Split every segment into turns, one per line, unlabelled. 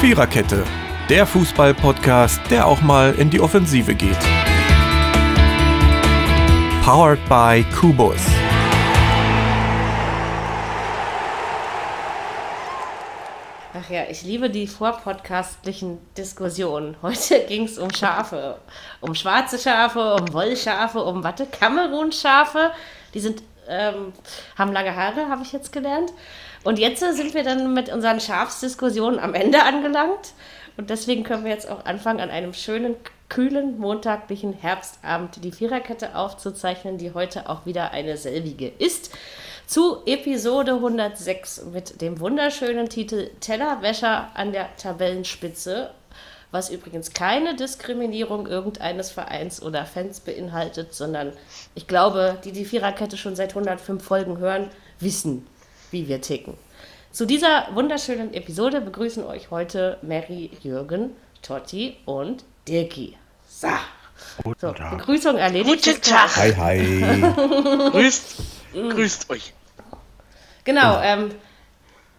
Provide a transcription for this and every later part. Viererkette, der Fußball-Podcast, der auch mal in die Offensive geht. Powered by Kubus.
Ach ja, ich liebe die vorpodcastlichen Diskussionen. Heute ging es um Schafe. Um schwarze Schafe, um Wollschafe, um Watte, Kamerun-Schafe. Die sind, ähm, haben lange Haare, habe ich jetzt gelernt. Und jetzt äh, sind wir dann mit unseren Schafsdiskussionen am Ende angelangt. Und deswegen können wir jetzt auch anfangen, an einem schönen, kühlen, montaglichen Herbstabend die Viererkette aufzuzeichnen, die heute auch wieder eine selbige ist. Zu Episode 106 mit dem wunderschönen Titel Tellerwäscher an der Tabellenspitze, was übrigens keine Diskriminierung irgendeines Vereins oder Fans beinhaltet, sondern ich glaube, die die Viererkette schon seit 105 Folgen hören, wissen, wie wir ticken. Zu dieser wunderschönen Episode begrüßen euch heute Mary, Jürgen, Totti und Dirki. So. so, Begrüßung erledigt.
Guten Tag.
Hi, hi.
Grüßt,
Mm.
grüßt euch.
Genau, ähm,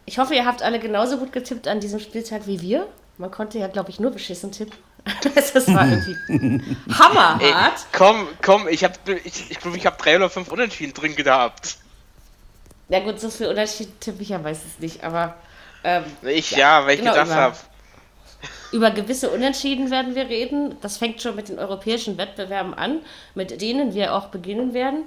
ich hoffe, ihr habt alle genauso gut getippt an diesem Spieltag wie wir. Man konnte ja, glaube ich, nur beschissen tippen. das war irgendwie
Ey,
hammerhart.
komm, komm, ich hab, ich, ich glaube, ich hab drei oder fünf Unentschieden drin gehabt.
Na gut, so viel Unterschied tippe ich ja meistens nicht, aber ähm,
Ich, ja, weil ich
genau,
gedacht
über-
habe.
Über gewisse Unentschieden werden wir reden. Das fängt schon mit den europäischen Wettbewerben an, mit denen wir auch beginnen werden.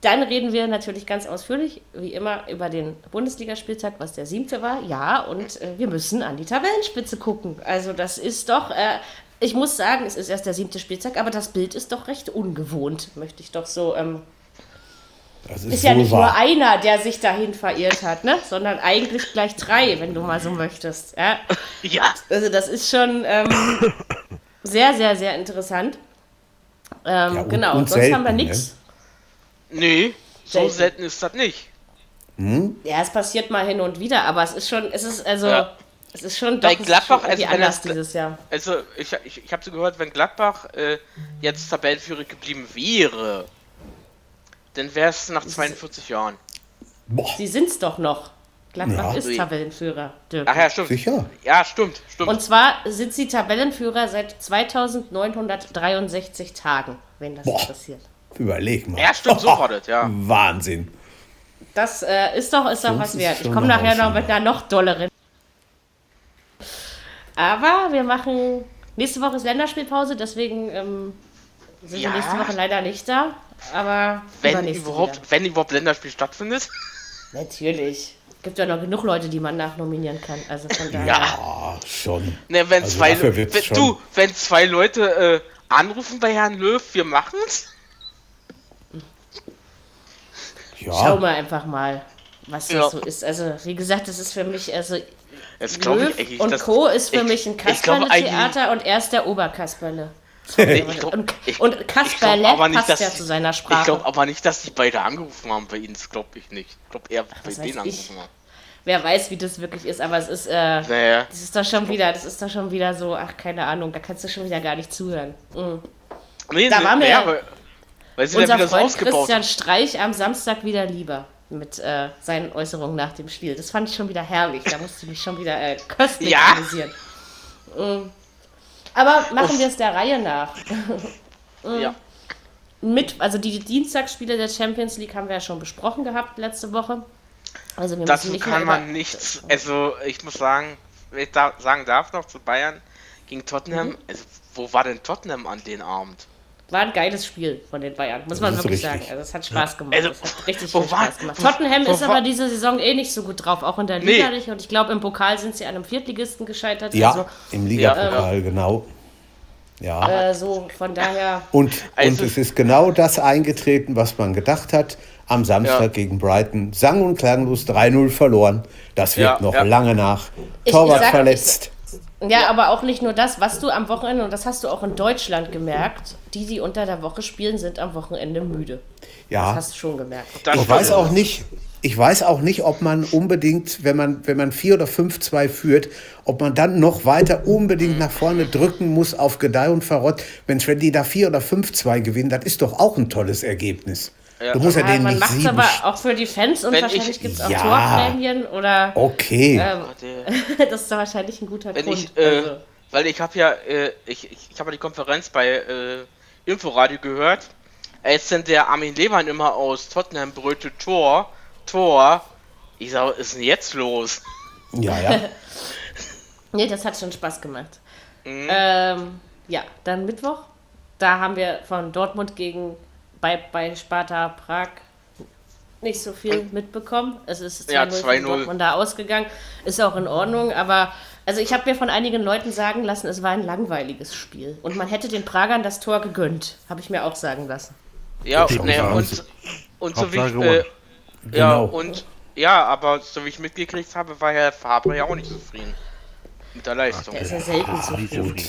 Dann reden wir natürlich ganz ausführlich, wie immer, über den Bundesligaspieltag, was der siebte war. Ja, und äh, wir müssen an die Tabellenspitze gucken. Also das ist doch, äh, ich muss sagen, es ist erst der siebte Spieltag, aber das Bild ist doch recht ungewohnt, möchte ich doch so. Ähm,
Das
ist ja nicht nur einer, der sich dahin verirrt hat, ne? sondern eigentlich gleich drei, wenn du mal so möchtest. Ja?
Ja,
Also das ist schon ähm, sehr, sehr, sehr interessant. Ähm,
Ja, und-
genau,
und
sonst haben wir
selten, ne?
nichts.
nee, so
Selten.
selten ist das nicht.
Ja, es passiert mal hin und wieder, aber es ist schon, es ist also,
Ja.
es ist schon
Bei
doch
Gladbach,
es ist schon irgendwie
also wenn
anders
das Gla-
dieses Jahr.
Also, ich, ich, ich habe so gehört, wenn Gladbach äh, jetzt Tabellenführer geblieben wäre, dann wäre es nach 42 Jahren.
Boah,
Sie sind's doch noch. Gladbach
Ja.
ist Tabellenführer. Dirk.
Ach ja, stimmt.
sicher.
Ja, stimmt, stimmt.
Und zwar sind sie Tabellenführer seit 2963 Tagen, wenn das
Boah.
interessiert.
Überleg mal.
ja, stimmt, so war das, ja.
Wahnsinn.
Das äh, ist doch, ist doch
Das
was
ist
wert. Ich
schon
komme nachher noch
Hausnummer.
mit einer noch dolleren. Aber wir machen. Nächste Woche ist Länderspielpause, deswegen ähm, sind
Ja.
wir nächste Woche leider nicht da. Aber
Wenn
übernächste
überhaupt,
wieder.
wenn überhaupt Länderspiel stattfindet.
Natürlich. Gibt ja noch genug Leute, die man nachnominieren kann. Also von daher.
Ja, schon.
Ah. Ne, wenn
Also
zwei,
dafür wird's
wenn,
schon.
du, wenn zwei Leute äh, anrufen bei Herrn Löw, wir machen's.
Schauen
Ja,
wir einfach mal, was das
Ja.
so ist. Also, wie gesagt, das ist für mich, also
Das glaube ich
Löw
eigentlich.
und
dass-
Co. ist für
ich-
mich ein
ich glaube eigentlich-
Kasperle-Theater und er ist der Oberkasperle.
Nee, ich glaub-
und
ich-
und Kasperle
ich glaub aber nicht,
passt
dass
ja
die-
zu seiner
Ich
Sprache.
glaube aber nicht, dass die beide angerufen haben bei ihnen. Das glaube ich nicht. Ich glaube eher bei
was weiß
denen
ich?
angerufen haben.
Wer weiß, wie das wirklich ist, aber es ist, äh,
Naja.
das ist doch schon wieder, das ist doch schon wieder so, ach, keine Ahnung, da kannst du schon wieder gar nicht zuhören. Mhm.
Nee,
Da
nee,
waren wir
naja,
ja-
weil, weil sie dann
Unser
wieder so
Freund
ausgebaut
Christian Streich am Samstag wieder lieber mit äh, seinen Äußerungen nach dem Spiel. Das fand ich schon wieder herrlich, da musste ich mich schon wieder äh, köstlich
Ja.
amüsieren. Mhm. Aber machen wir es der Reihe nach.
haben.
hm,
Ja.
Mit, also die Dienstagsspiele der Champions League haben wir ja schon besprochen gehabt letzte Woche. Also wir müssen
Dazu
nicht
kann
mehr über-
man nichts. Also, ich muss sagen, wenn ich da sagen darf noch zu Bayern gegen Tottenham.
Mhm.
Also, wo war denn Tottenham an den Abend?
War ein geiles Spiel von den Bayern, muss man
ist
wirklich
richtig.
sagen. Also es hat Spaß gemacht.
Also,
es hat richtig
wo
viel
war-
Spaß gemacht.
wo-
Tottenham
wo
ist
war-
aber diese Saison eh nicht so gut drauf, auch in der Liga
Nee.
nicht. Und ich glaube, im Pokal sind sie an einem Viertligisten gescheitert.
ja, im Ligapokal, genau. Ja.
Also, äh, so, von daher.
Und,
Ah. Also-
und es ist genau das eingetreten, was man gedacht hat. Am Samstag
Ja.
gegen Brighton sang und klanglos 3-0 verloren. Das wirkt
Ja,
noch
ja.
lange nach.
ich
Torwart
sag-
verletzt.
Ja, aber auch nicht nur das, was du am Wochenende, und das hast du auch in Deutschland gemerkt, die, die unter der Woche spielen, sind am Wochenende müde. Das
ja,
hast du schon gemerkt.
Das
Ich weiß auch nicht, ich weiß auch nicht, ob man unbedingt, wenn man, wenn man 4 oder 5-2 führt, ob man dann noch weiter unbedingt nach vorne drücken muss auf Gedeih und Verrott. Wenn Schwendi da 4 oder 5-2 gewinnt, das ist doch auch ein tolles Ergebnis.
Ja.
Du musst ja,
Ja,
den
man
nicht
macht es
sieben.
aber auch für die Fans und
Wenn
wahrscheinlich
ich-
gibt es auch
Ja. Oh.
Torprämien oder
Okay.
ähm,
Ach, der-
das ist doch wahrscheinlich ein guter
Wenn
Grund.
ich, äh,
also.
weil ich habe ja, äh, ich, ich, ich habe die Konferenz bei äh, Inforadio gehört, als denn der Armin Lehmann immer aus Tottenham brüllte Tor, Tor, ich sag, was ist denn jetzt los?
Ja, ja. Ah,
Nee, das hat schon Spaß gemacht. Ähm, ja, dann Mittwoch. Da haben wir von Dortmund gegen bei, bei Sparta Prag nicht so viel mitbekommen. Es ist 2-0
Ja,
für
2-0.
Dortmund da ausgegangen. Ist auch in Ordnung, aber also ich habe mir von einigen Leuten sagen lassen, es war ein langweiliges Spiel. Und man hätte den Pragern das Tor gegönnt. Habe ich mir auch sagen lassen.
Ja,
Ich
und, ne,
glaub,
und, und so wie ich,
Hauptsache
äh, ja,
Genau.
und, ja, aber so wie ich mitgekriegt habe, war Herr Fabre ja auch nicht zufrieden mit der Leistung.
Der ist ja selten so
Wie
gut.
gut.
Gut,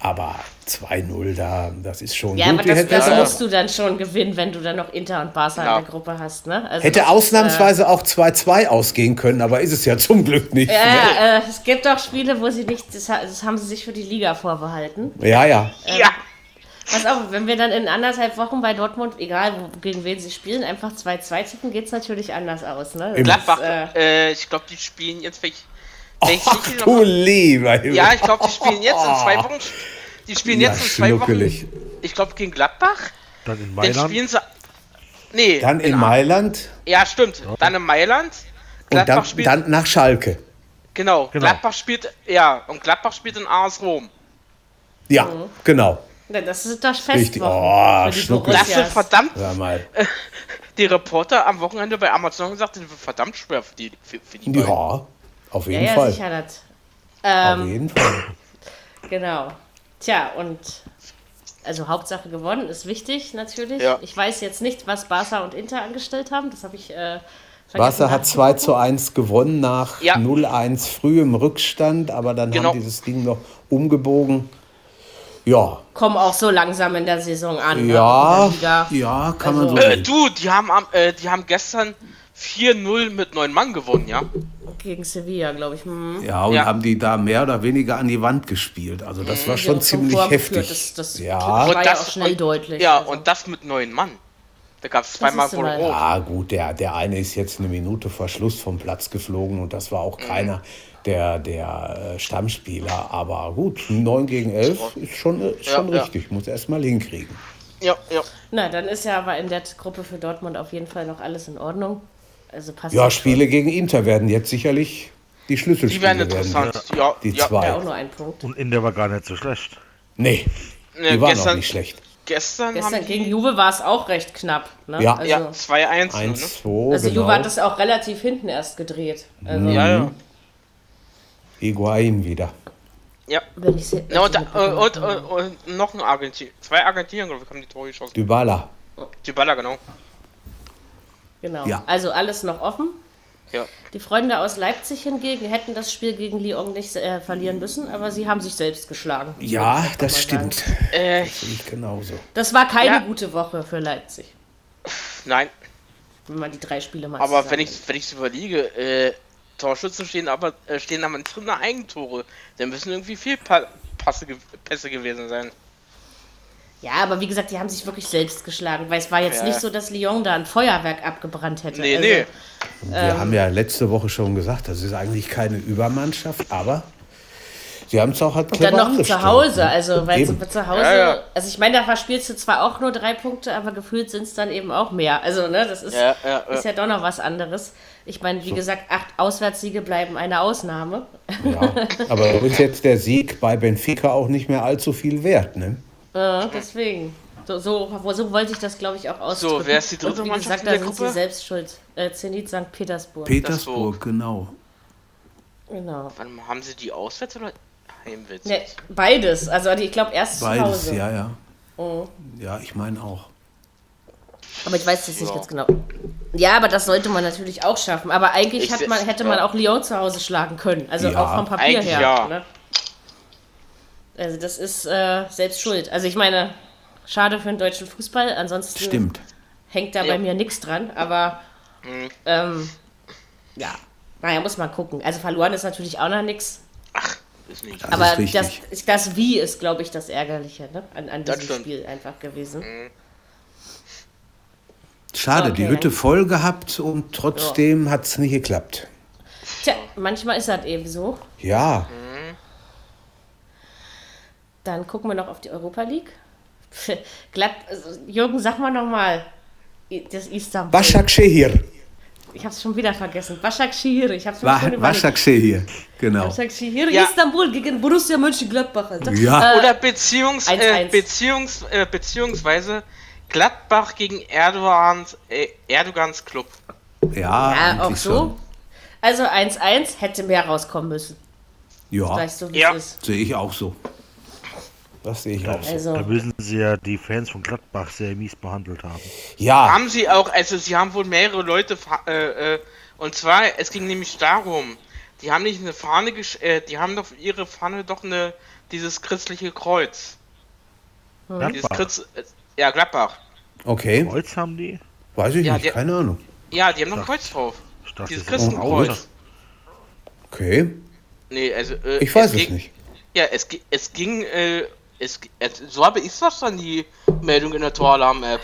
aber 2-0 da, das ist schon
Ja,
gut.
aber
Ihr
das,
hättet
das
auch-
musst du dann schon gewinnen, wenn du dann noch Inter und Barca
Ja.
in der Gruppe hast. Ne? Also
hätte
das-
ausnahmsweise auch 2-2 ausgehen können, aber ist es ja zum Glück nicht.
Ja, ja, äh, es gibt auch Spiele, wo sie nicht, das, ha- das haben sie sich für die Liga vorbehalten.
Ja, ja.
Ja,
Pass auf, wenn wir dann in anderthalb Wochen bei Dortmund, egal wo, gegen wen sie spielen, einfach 2-2 tippen, geht es natürlich anders aus. Ne? Das
Gladbach,
ist,
äh, ich glaube, die spielen jetzt vielleicht.
Ach du lieber Himmel.
Ja, ich glaube, die spielen jetzt in zwei Wochen. Die spielen
Ja,
jetzt in zwei
schnuckelig.
Wochen. Ich glaube, gegen Gladbach.
Dann in
Dann
Mailand.
spielen sie. Nee.
Dann in Mailand
Ja, stimmt. Dann in Mailand.
und
Gladbach
dann,
spielt.
dann nach Schalke.
genau,
Genau.
Gladbach spielt. Ja, und Gladbach spielt in AS Rom.
Ja,
Mhm.
genau.
äh, das ist doch
Richtig.
Festwochen
Oh,
für die
Schnuckel.
Das sind
Borussias.
verdammt.
Sag mal.
Die Reporter am Wochenende bei Amazon haben gesagt, das wird verdammt schwer für die. Für, für die beiden.
Ja, auf
Ja,
jeden
ja,
Fall.
sicher Ähm, das.
auf jeden Fall.
Genau. Tja, und also Hauptsache gewonnen ist wichtig natürlich.
Ja.
Ich weiß jetzt nicht, was Barca und Inter angestellt haben. Das habe ich äh, vergessen
Wasser hat 2
nachzugucken.
zu 1 gewonnen nach
Ja.
0-1 frühem Rückstand, aber dann
Genau.
haben die das Ding noch umgebogen. Ja,
kommen auch so langsam in der Saison an. Ne?
ja,
In der Liga.
ja, kann
Also-
man so
Äh,
sehen.
du, die haben, am, äh, die haben gestern 4-0 mit neun Mann gewonnen, ja?
Gegen Sevilla, glaube ich. Hm.
Ja, und
Ja.
haben die da mehr oder weniger an die Wand gespielt. Also das war schon
Vom
ziemlich
Tor geführt,
heftig.
Das, das
ja.
war ja
das-
auch schnell
und,
deutlich.
Ja,
also.
und das mit neun Mann. Da gab es zweimal
ist
wohl
aber-
rot.
ja, Ah, gut, der, der eine ist jetzt eine Minute vor Schluss vom Platz geflogen und das war
Mhm.
auch keiner der, der äh, Stammspieler. Aber gut, 9 gegen 11 ist schon, ist schon
ja.
richtig. Muss erst mal hinkriegen.
Ja, ja.
Na, dann ist ja aber in der Gruppe für Dortmund auf jeden Fall noch alles in Ordnung. Also passt
Ja,
das
Spiele gegen Inter werden jetzt sicherlich die Schlüsselspiele.
Die werden interessant. Ja,
die
ja.
schon.
zwei.
Ja, auch nur ein Punkt.
Und Inder war gar nicht so schlecht.
Nee,
Ne,
die waren auch
gestern-
nicht schlecht.
Gestern,
Gestern
haben die,
gegen Juve war es auch recht knapp. Ne?
Ja.
also,
ja, 2-1. nur, ne?
1, 2,
also
genau. Mhm.
Juve hat das auch relativ hinten erst gedreht. Also,
Ja, ja.
Higuain wieder.
ja.
Wenn ich se-
Na, und, äh, und, und, und noch ein Argentinier. Zwei Argentinier, glaube ich, haben die Tore geschossen.
Dybala.
Dybala, genau.
Genau.
Ja.
Also alles noch offen.
Ja.
Die Freunde aus Leipzig hingegen hätten das Spiel gegen Lyon nicht äh, verlieren müssen, aber sie haben sich selbst geschlagen.
Ja,
Kann
das
man
stimmt.
Sagen.
Äh,
Sehe ich genauso.
Das war keine
Ja.
gute Woche für Leipzig,
nein,
wenn man die drei Spiele mal
aber
zusammen-
wenn ich wenn ich's überlege, äh, Torschützen stehen aber äh, stehen aber drin Eigentore. Da müssen irgendwie viel pa Passe ge Pässe gewesen sein.
Ja, aber wie gesagt, die haben sich wirklich selbst geschlagen, weil es war jetzt
Ja.
nicht so, dass Lyon da ein Feuerwerk abgebrannt hätte.
Nee,
also,
nee.
Wir haben ja letzte Woche schon gesagt, das ist eigentlich keine Übermannschaft, aber sie haben es auch halt
Und dann
clever
noch
angestellt,
zu Hause,
ne?
also weil
Eben.
zu, zu Hause,
Ja, ja.
also ich meine, da verspielst du zwar auch nur drei Punkte, aber gefühlt sind es dann eben auch mehr. Also, ne, das ist
Ja, ja, ja.
ist ja doch noch was anderes. Ich meine, wie gesagt, acht Auswärtssiege bleiben eine Ausnahme.
Ja. Aber da ist jetzt der Sieg bei Benfica auch nicht mehr allzu viel wert, ne?
Ja, Äh, deswegen. So, so, so wollte ich das, glaube ich, auch ausdrücken.
wer ist die dritte
Und wie
Mannschaft
gesagt,
in
da
der
sind
Gruppe?
sie selbst schuld. Äh, Zenit St. Petersburg.
Petersburg,
genau.
genau.
Warte mal, haben sie die auswärts oder heimwärts?
Ne, beides. Also die- ich glaube, erst zu Hause. Oh. Hm.
ja. Ja, ich meine auch.
Aber ich weiß das nicht
Ja.
ganz genau. Ja, aber das sollte man natürlich auch schaffen. Aber eigentlich
Ich
hat
se-
man, hätte man
ja.
auch Lyon zu Hause schlagen können. Also
Ja.
auch vom Papier
Eigentlich
her.
ja.
Ne? Also das ist äh, selbst schuld. Also ich meine, schade für den deutschen Fußball. Ansonsten hängt da bei
Ja. Mhm.
mir nichts dran, aber ähm, ja, naja, muss man gucken. Also verloren ist natürlich auch noch nichts,
Ist nicht.
Das
aber
ist
das,
richtig.
das Wie ist, glaube ich, das Ärgerliche ne? an, an
Das Mhm.
diesem
stimmt.
Spiel einfach gewesen.
Schade, die
Okay.
Hütte voll gehabt und trotzdem hat es nicht geklappt.
Tja, manchmal ist das eben so.
Ja,
Dann gucken wir noch auf die Europa League. Glatt, also, Jürgen, sag mal nochmal. Das Istanbul.
Başak Şehir.
Ich hab's schon wieder vergessen. Başak Şehir. Ich hab's mir schon
Wa-
überlegt.
Başak Şehir, genau.
Başak Şehir.
Ja.
Istanbul gegen Borussia Mönchengladbach. Alter.
Ja.
Äh,
Oder beziehungs, äh,
1-1.
beziehungs, äh, beziehungsweise Gladbach gegen Erdogans, äh, Erdogans Club.
Ja,
Äh, ja, auch
eigentlich
so. Also 1-1 hätte mehr rauskommen müssen.
schon. Ja,
Weißt du, wie
Ja.
es ist.
sehe ich auch so. Das sehe ich auch so.
Also,
Da müssen sie ja die Fans von Gladbach sehr mies behandelt haben.
Ja,
Haben sie auch, also sie haben wohl mehrere Leute, fa- äh, äh, und zwar, es ging nämlich darum, die haben nicht eine Fahne, gesch äh, die haben doch ihre Fahne doch eine, dieses christliche Kreuz. Dieses
Gladbach.
Christ äh, ja, Gladbach.
okay.
Kreuz haben die?
Weiß ich
Ja,
nicht,
der-
keine Ahnung.
Ja, die haben noch ein Kreuz drauf.
Ich dachte,
Dieses
das ist ein
Christenkreuz.
Kreuz.
Okay,
Nee, also, äh,
ich weiß es
ging-
nicht.
Ja, es, gi- es ging, äh, es, gi- es, so habe ich was dann die Meldung in der Toralarm-App.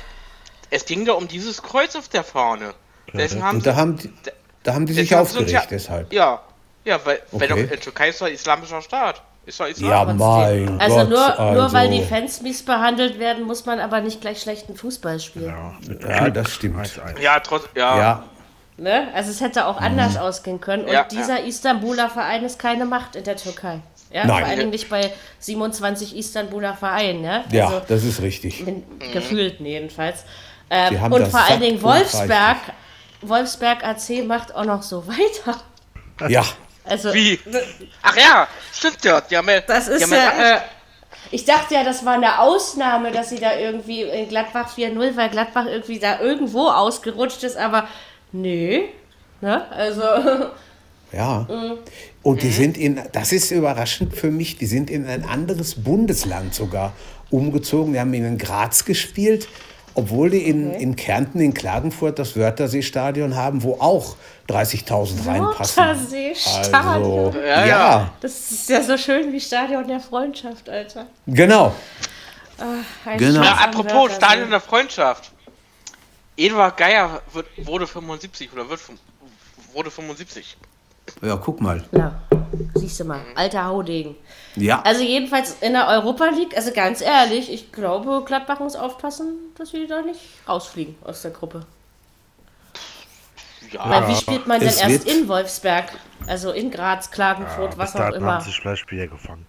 Es ging da um dieses Kreuz auf der Fahne. Deswegen haben
Und da
sie,
haben, die- da haben die sich
deswegen haben sie uns
aufgeregt,
ja-
deshalb.
Ja, ja, weil, weil doch,
Okay.
äh, Türkei ist doch islamischer Staat. Ist doch Islam.
Ja, mein
also,
Gott.
nur, nur weil
also.
die Fans mies behandelt werden, muss man aber nicht gleich schlechten Fußball spielen.
Ja, mit
Ja,
Typ
das stimmt.
1-1.
Ja, trotz, ja.
Ja,
Ne? Also es hätte
Mhm.
auch anders ausgehen können. Und
Ja,
dieser Istanbuler Verein ist keine Macht in der Türkei. Ja?
Nein.
Vor allen Dingen nicht bei 27 Istanbuler Vereinen. Ja,
ja,
Also,
das ist richtig.
bin,
Mhm.
gefühlten jedenfalls. Ähm,
Die haben
und
das
vor allen Dingen
Sackbuch
Wolfsberg, Wolfsberg AC macht auch noch so weiter.
Ja,
Also
Wie? Ach ja, stimmt ja. Die haben ja
das
die
ist
haben lange-
ja... Äh, ich dachte ja, das war eine Ausnahme, dass sie da irgendwie in Gladbach 4-0, weil Gladbach irgendwie da irgendwo ausgerutscht ist, aber nö. Ne? Also
ja. Und die sind in, das ist überraschend für mich, die sind in ein anderes Bundesland sogar umgezogen. Die haben in Graz gespielt, obwohl die in, in Kärnten, in Klagenfurt das Wörthersee-Stadion haben, wo auch 30.000 reinpassen.
Wörthersee-Stadion.
Also,
ja.
ja, ja,
Das ist ja so schön wie Stadion der Freundschaft, Alter.
genau.
Ein
Genau.
Schuss
Ja,
am
apropos
Wörthersee.
Stadion der Freundschaft. Eduard Geier wird, wurde 75 oder wird fün- wurde 75.
Ja, guck mal.
Ja, siehst du mal, alter Haudegen.
Ja.
Also jedenfalls in der Europa League, also ganz ehrlich, ich glaube, Gladbach muss aufpassen, dass wir da nicht rausfliegen aus der Gruppe. Weil wie spielt man denn
es
erst
wird-
in Wolfsberg? Also in Graz, Klagenfurt,
Ja, bis
was auch
dahin
immer.
haben sie sich vielleicht wieder gefangen.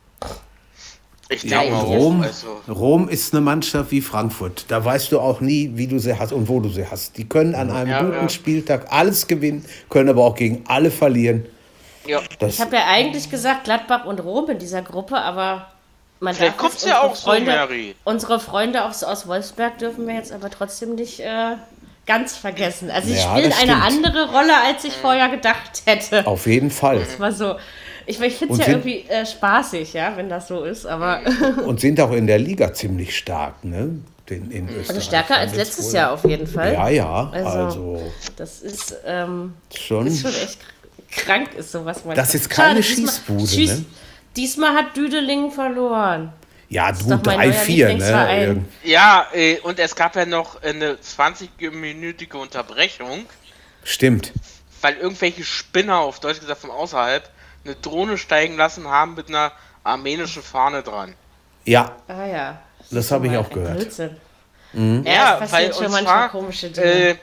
Ich denke
Ja, und
mal,
Rom,
also,
Rom ist eine Mannschaft wie Frankfurt. Da weißt du auch nie, wie du sie hast und wo du sie hast. Die können an einem
Ja,
guten
ja.
Spieltag alles gewinnen, können aber auch gegen alle verlieren.
ja.
Das,
Ich habe ja eigentlich gesagt Gladbach und Rom in dieser Gruppe, aber man
Vielleicht
darf jetzt
kommt's ja
unsere
auch so, Mary.
Unsere Freunde aus, aus Wolfsberg dürfen wir jetzt aber trotzdem nicht äh, ganz vergessen. Also sie
Ja,
spielen
das
eine
stimmt.
andere Rolle, als
Mhm.
ich vorher gedacht hätte.
auf jeden Fall.
Das war so. Ich, ich finde es
Und
ja
sind-
irgendwie äh, spaßig, ja, wenn das so ist, aber
Mhm.
Und sind auch in der Liga ziemlich stark, ne? Den, in
also
Österreich.
stärker als letztes Jahr auf jeden Fall.
Ja, ja.
Also-
Also,
Das ist, ähm,
schon.
ist schon echt krank, ist sowas manchmal.
Das ist keine
diesmal-
Schießbude,
Schieß-
ne?
Diesmal hat Düdeling verloren.
ja, du
doch mein neuer
3-4, ne?
Lieblingsverein.
Irgend-
ja äh, und es gab ja noch eine 20-minütige Unterbrechung,
Stimmt.
weil irgendwelche Spinner, auf Deutsch gesagt von außerhalb, eine Drohne steigen lassen haben mit einer armenischen Fahne dran.
Ja,
Ah ja.
das habe ich auch
Ein
gehört. Mhm.
Blödsinn. Ja,
Ja,
es
weil
passieren schon
und
manchmal
zwar,
komische Dinge.
äh,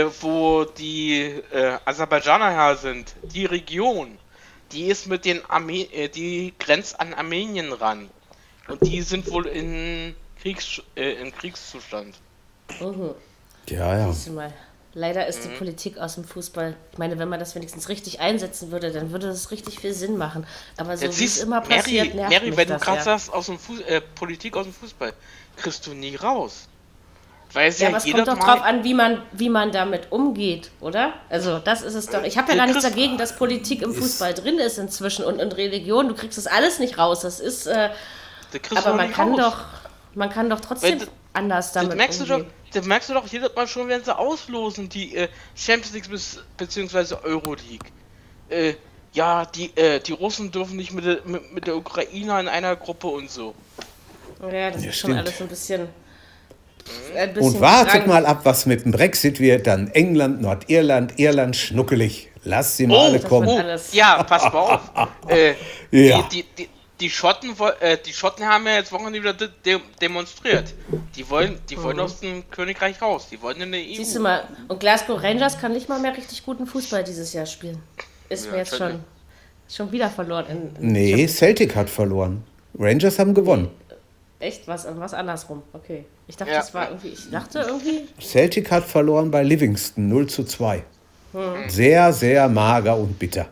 äh, wo die äh, Aserbaidschaner her sind, die Region, die ist mit den Arme äh, die grenzt an Armenien ran. Und die sind wohl in, Kriegs äh, in Kriegszustand.
Mhm.
Ja, ja.
Siehst du mal. Leider ist
Mhm.
die Politik aus dem Fußball. Ich meine, wenn man das wenigstens richtig einsetzen würde, dann würde das richtig viel Sinn machen. Aber so
Jetzt
wie es
siehst
immer passiert,
Mary,
nervt
Mary
mich
wenn du
das
gerade
ja.
sagst, aus dem Fuß äh, Politik aus dem Fußball, kriegst du nie raus. Weil es
Ja,
ja,
aber es
jeder
kommt doch
Mal-
drauf an, wie man, wie man damit umgeht, oder? Also, das ist es doch. Ich habe ja
du
gar nichts
kriegst-
dagegen, dass Politik im Fußball drin ist inzwischen und in Religion. Du kriegst das alles nicht raus. Das ist, äh,
da kriegst du
aber man
nie
kann
raus.
doch, man kann doch trotzdem
Wenn du-
anders damit
Das merkst, du doch,
umgehen.
das merkst du doch jedes Mal schon, wenn sie auslosen, die äh, Champions League bis, beziehungsweise Euroleague. Äh, ja, die, äh, die Russen dürfen nicht mit, der- mit, mit der Ukraine in einer Gruppe und so.
Ja, das
Ja,
ist schon
stimmt.
alles ein bisschen. äh, ein bisschen
Und wartet
krank.
mal ab, was mit dem Brexit wird. Dann England, Nordirland, Irland, schnuckelig. Lass sie mal
Oh,
alle
Oh, das
kommen.
wird alles.
Ja, pass mal auf. äh,
Ja.
die, die, die, die, Schotten, woll- äh, die Schotten haben ja jetzt Wochenende wieder de de demonstriert. Die wollen, die wollen aus dem Königreich raus. Die E wollen in der EU.
Mhm. Siehst du mal, und Glasgow Rangers kann nicht mal mehr richtig guten Fußball dieses Jahr spielen. Ist mir jetzt schon, schon wieder verloren. In, in,
Nee, Celtic hat verloren. Rangers haben gewonnen.
Echt? Was, was andersrum? Okay. Ich dachte,
Ja.
das war irgendwie. Ich dachte irgendwie.
Celtic hat verloren bei Livingston 0 zu 2.
Hm.
Sehr, sehr mager und bitter.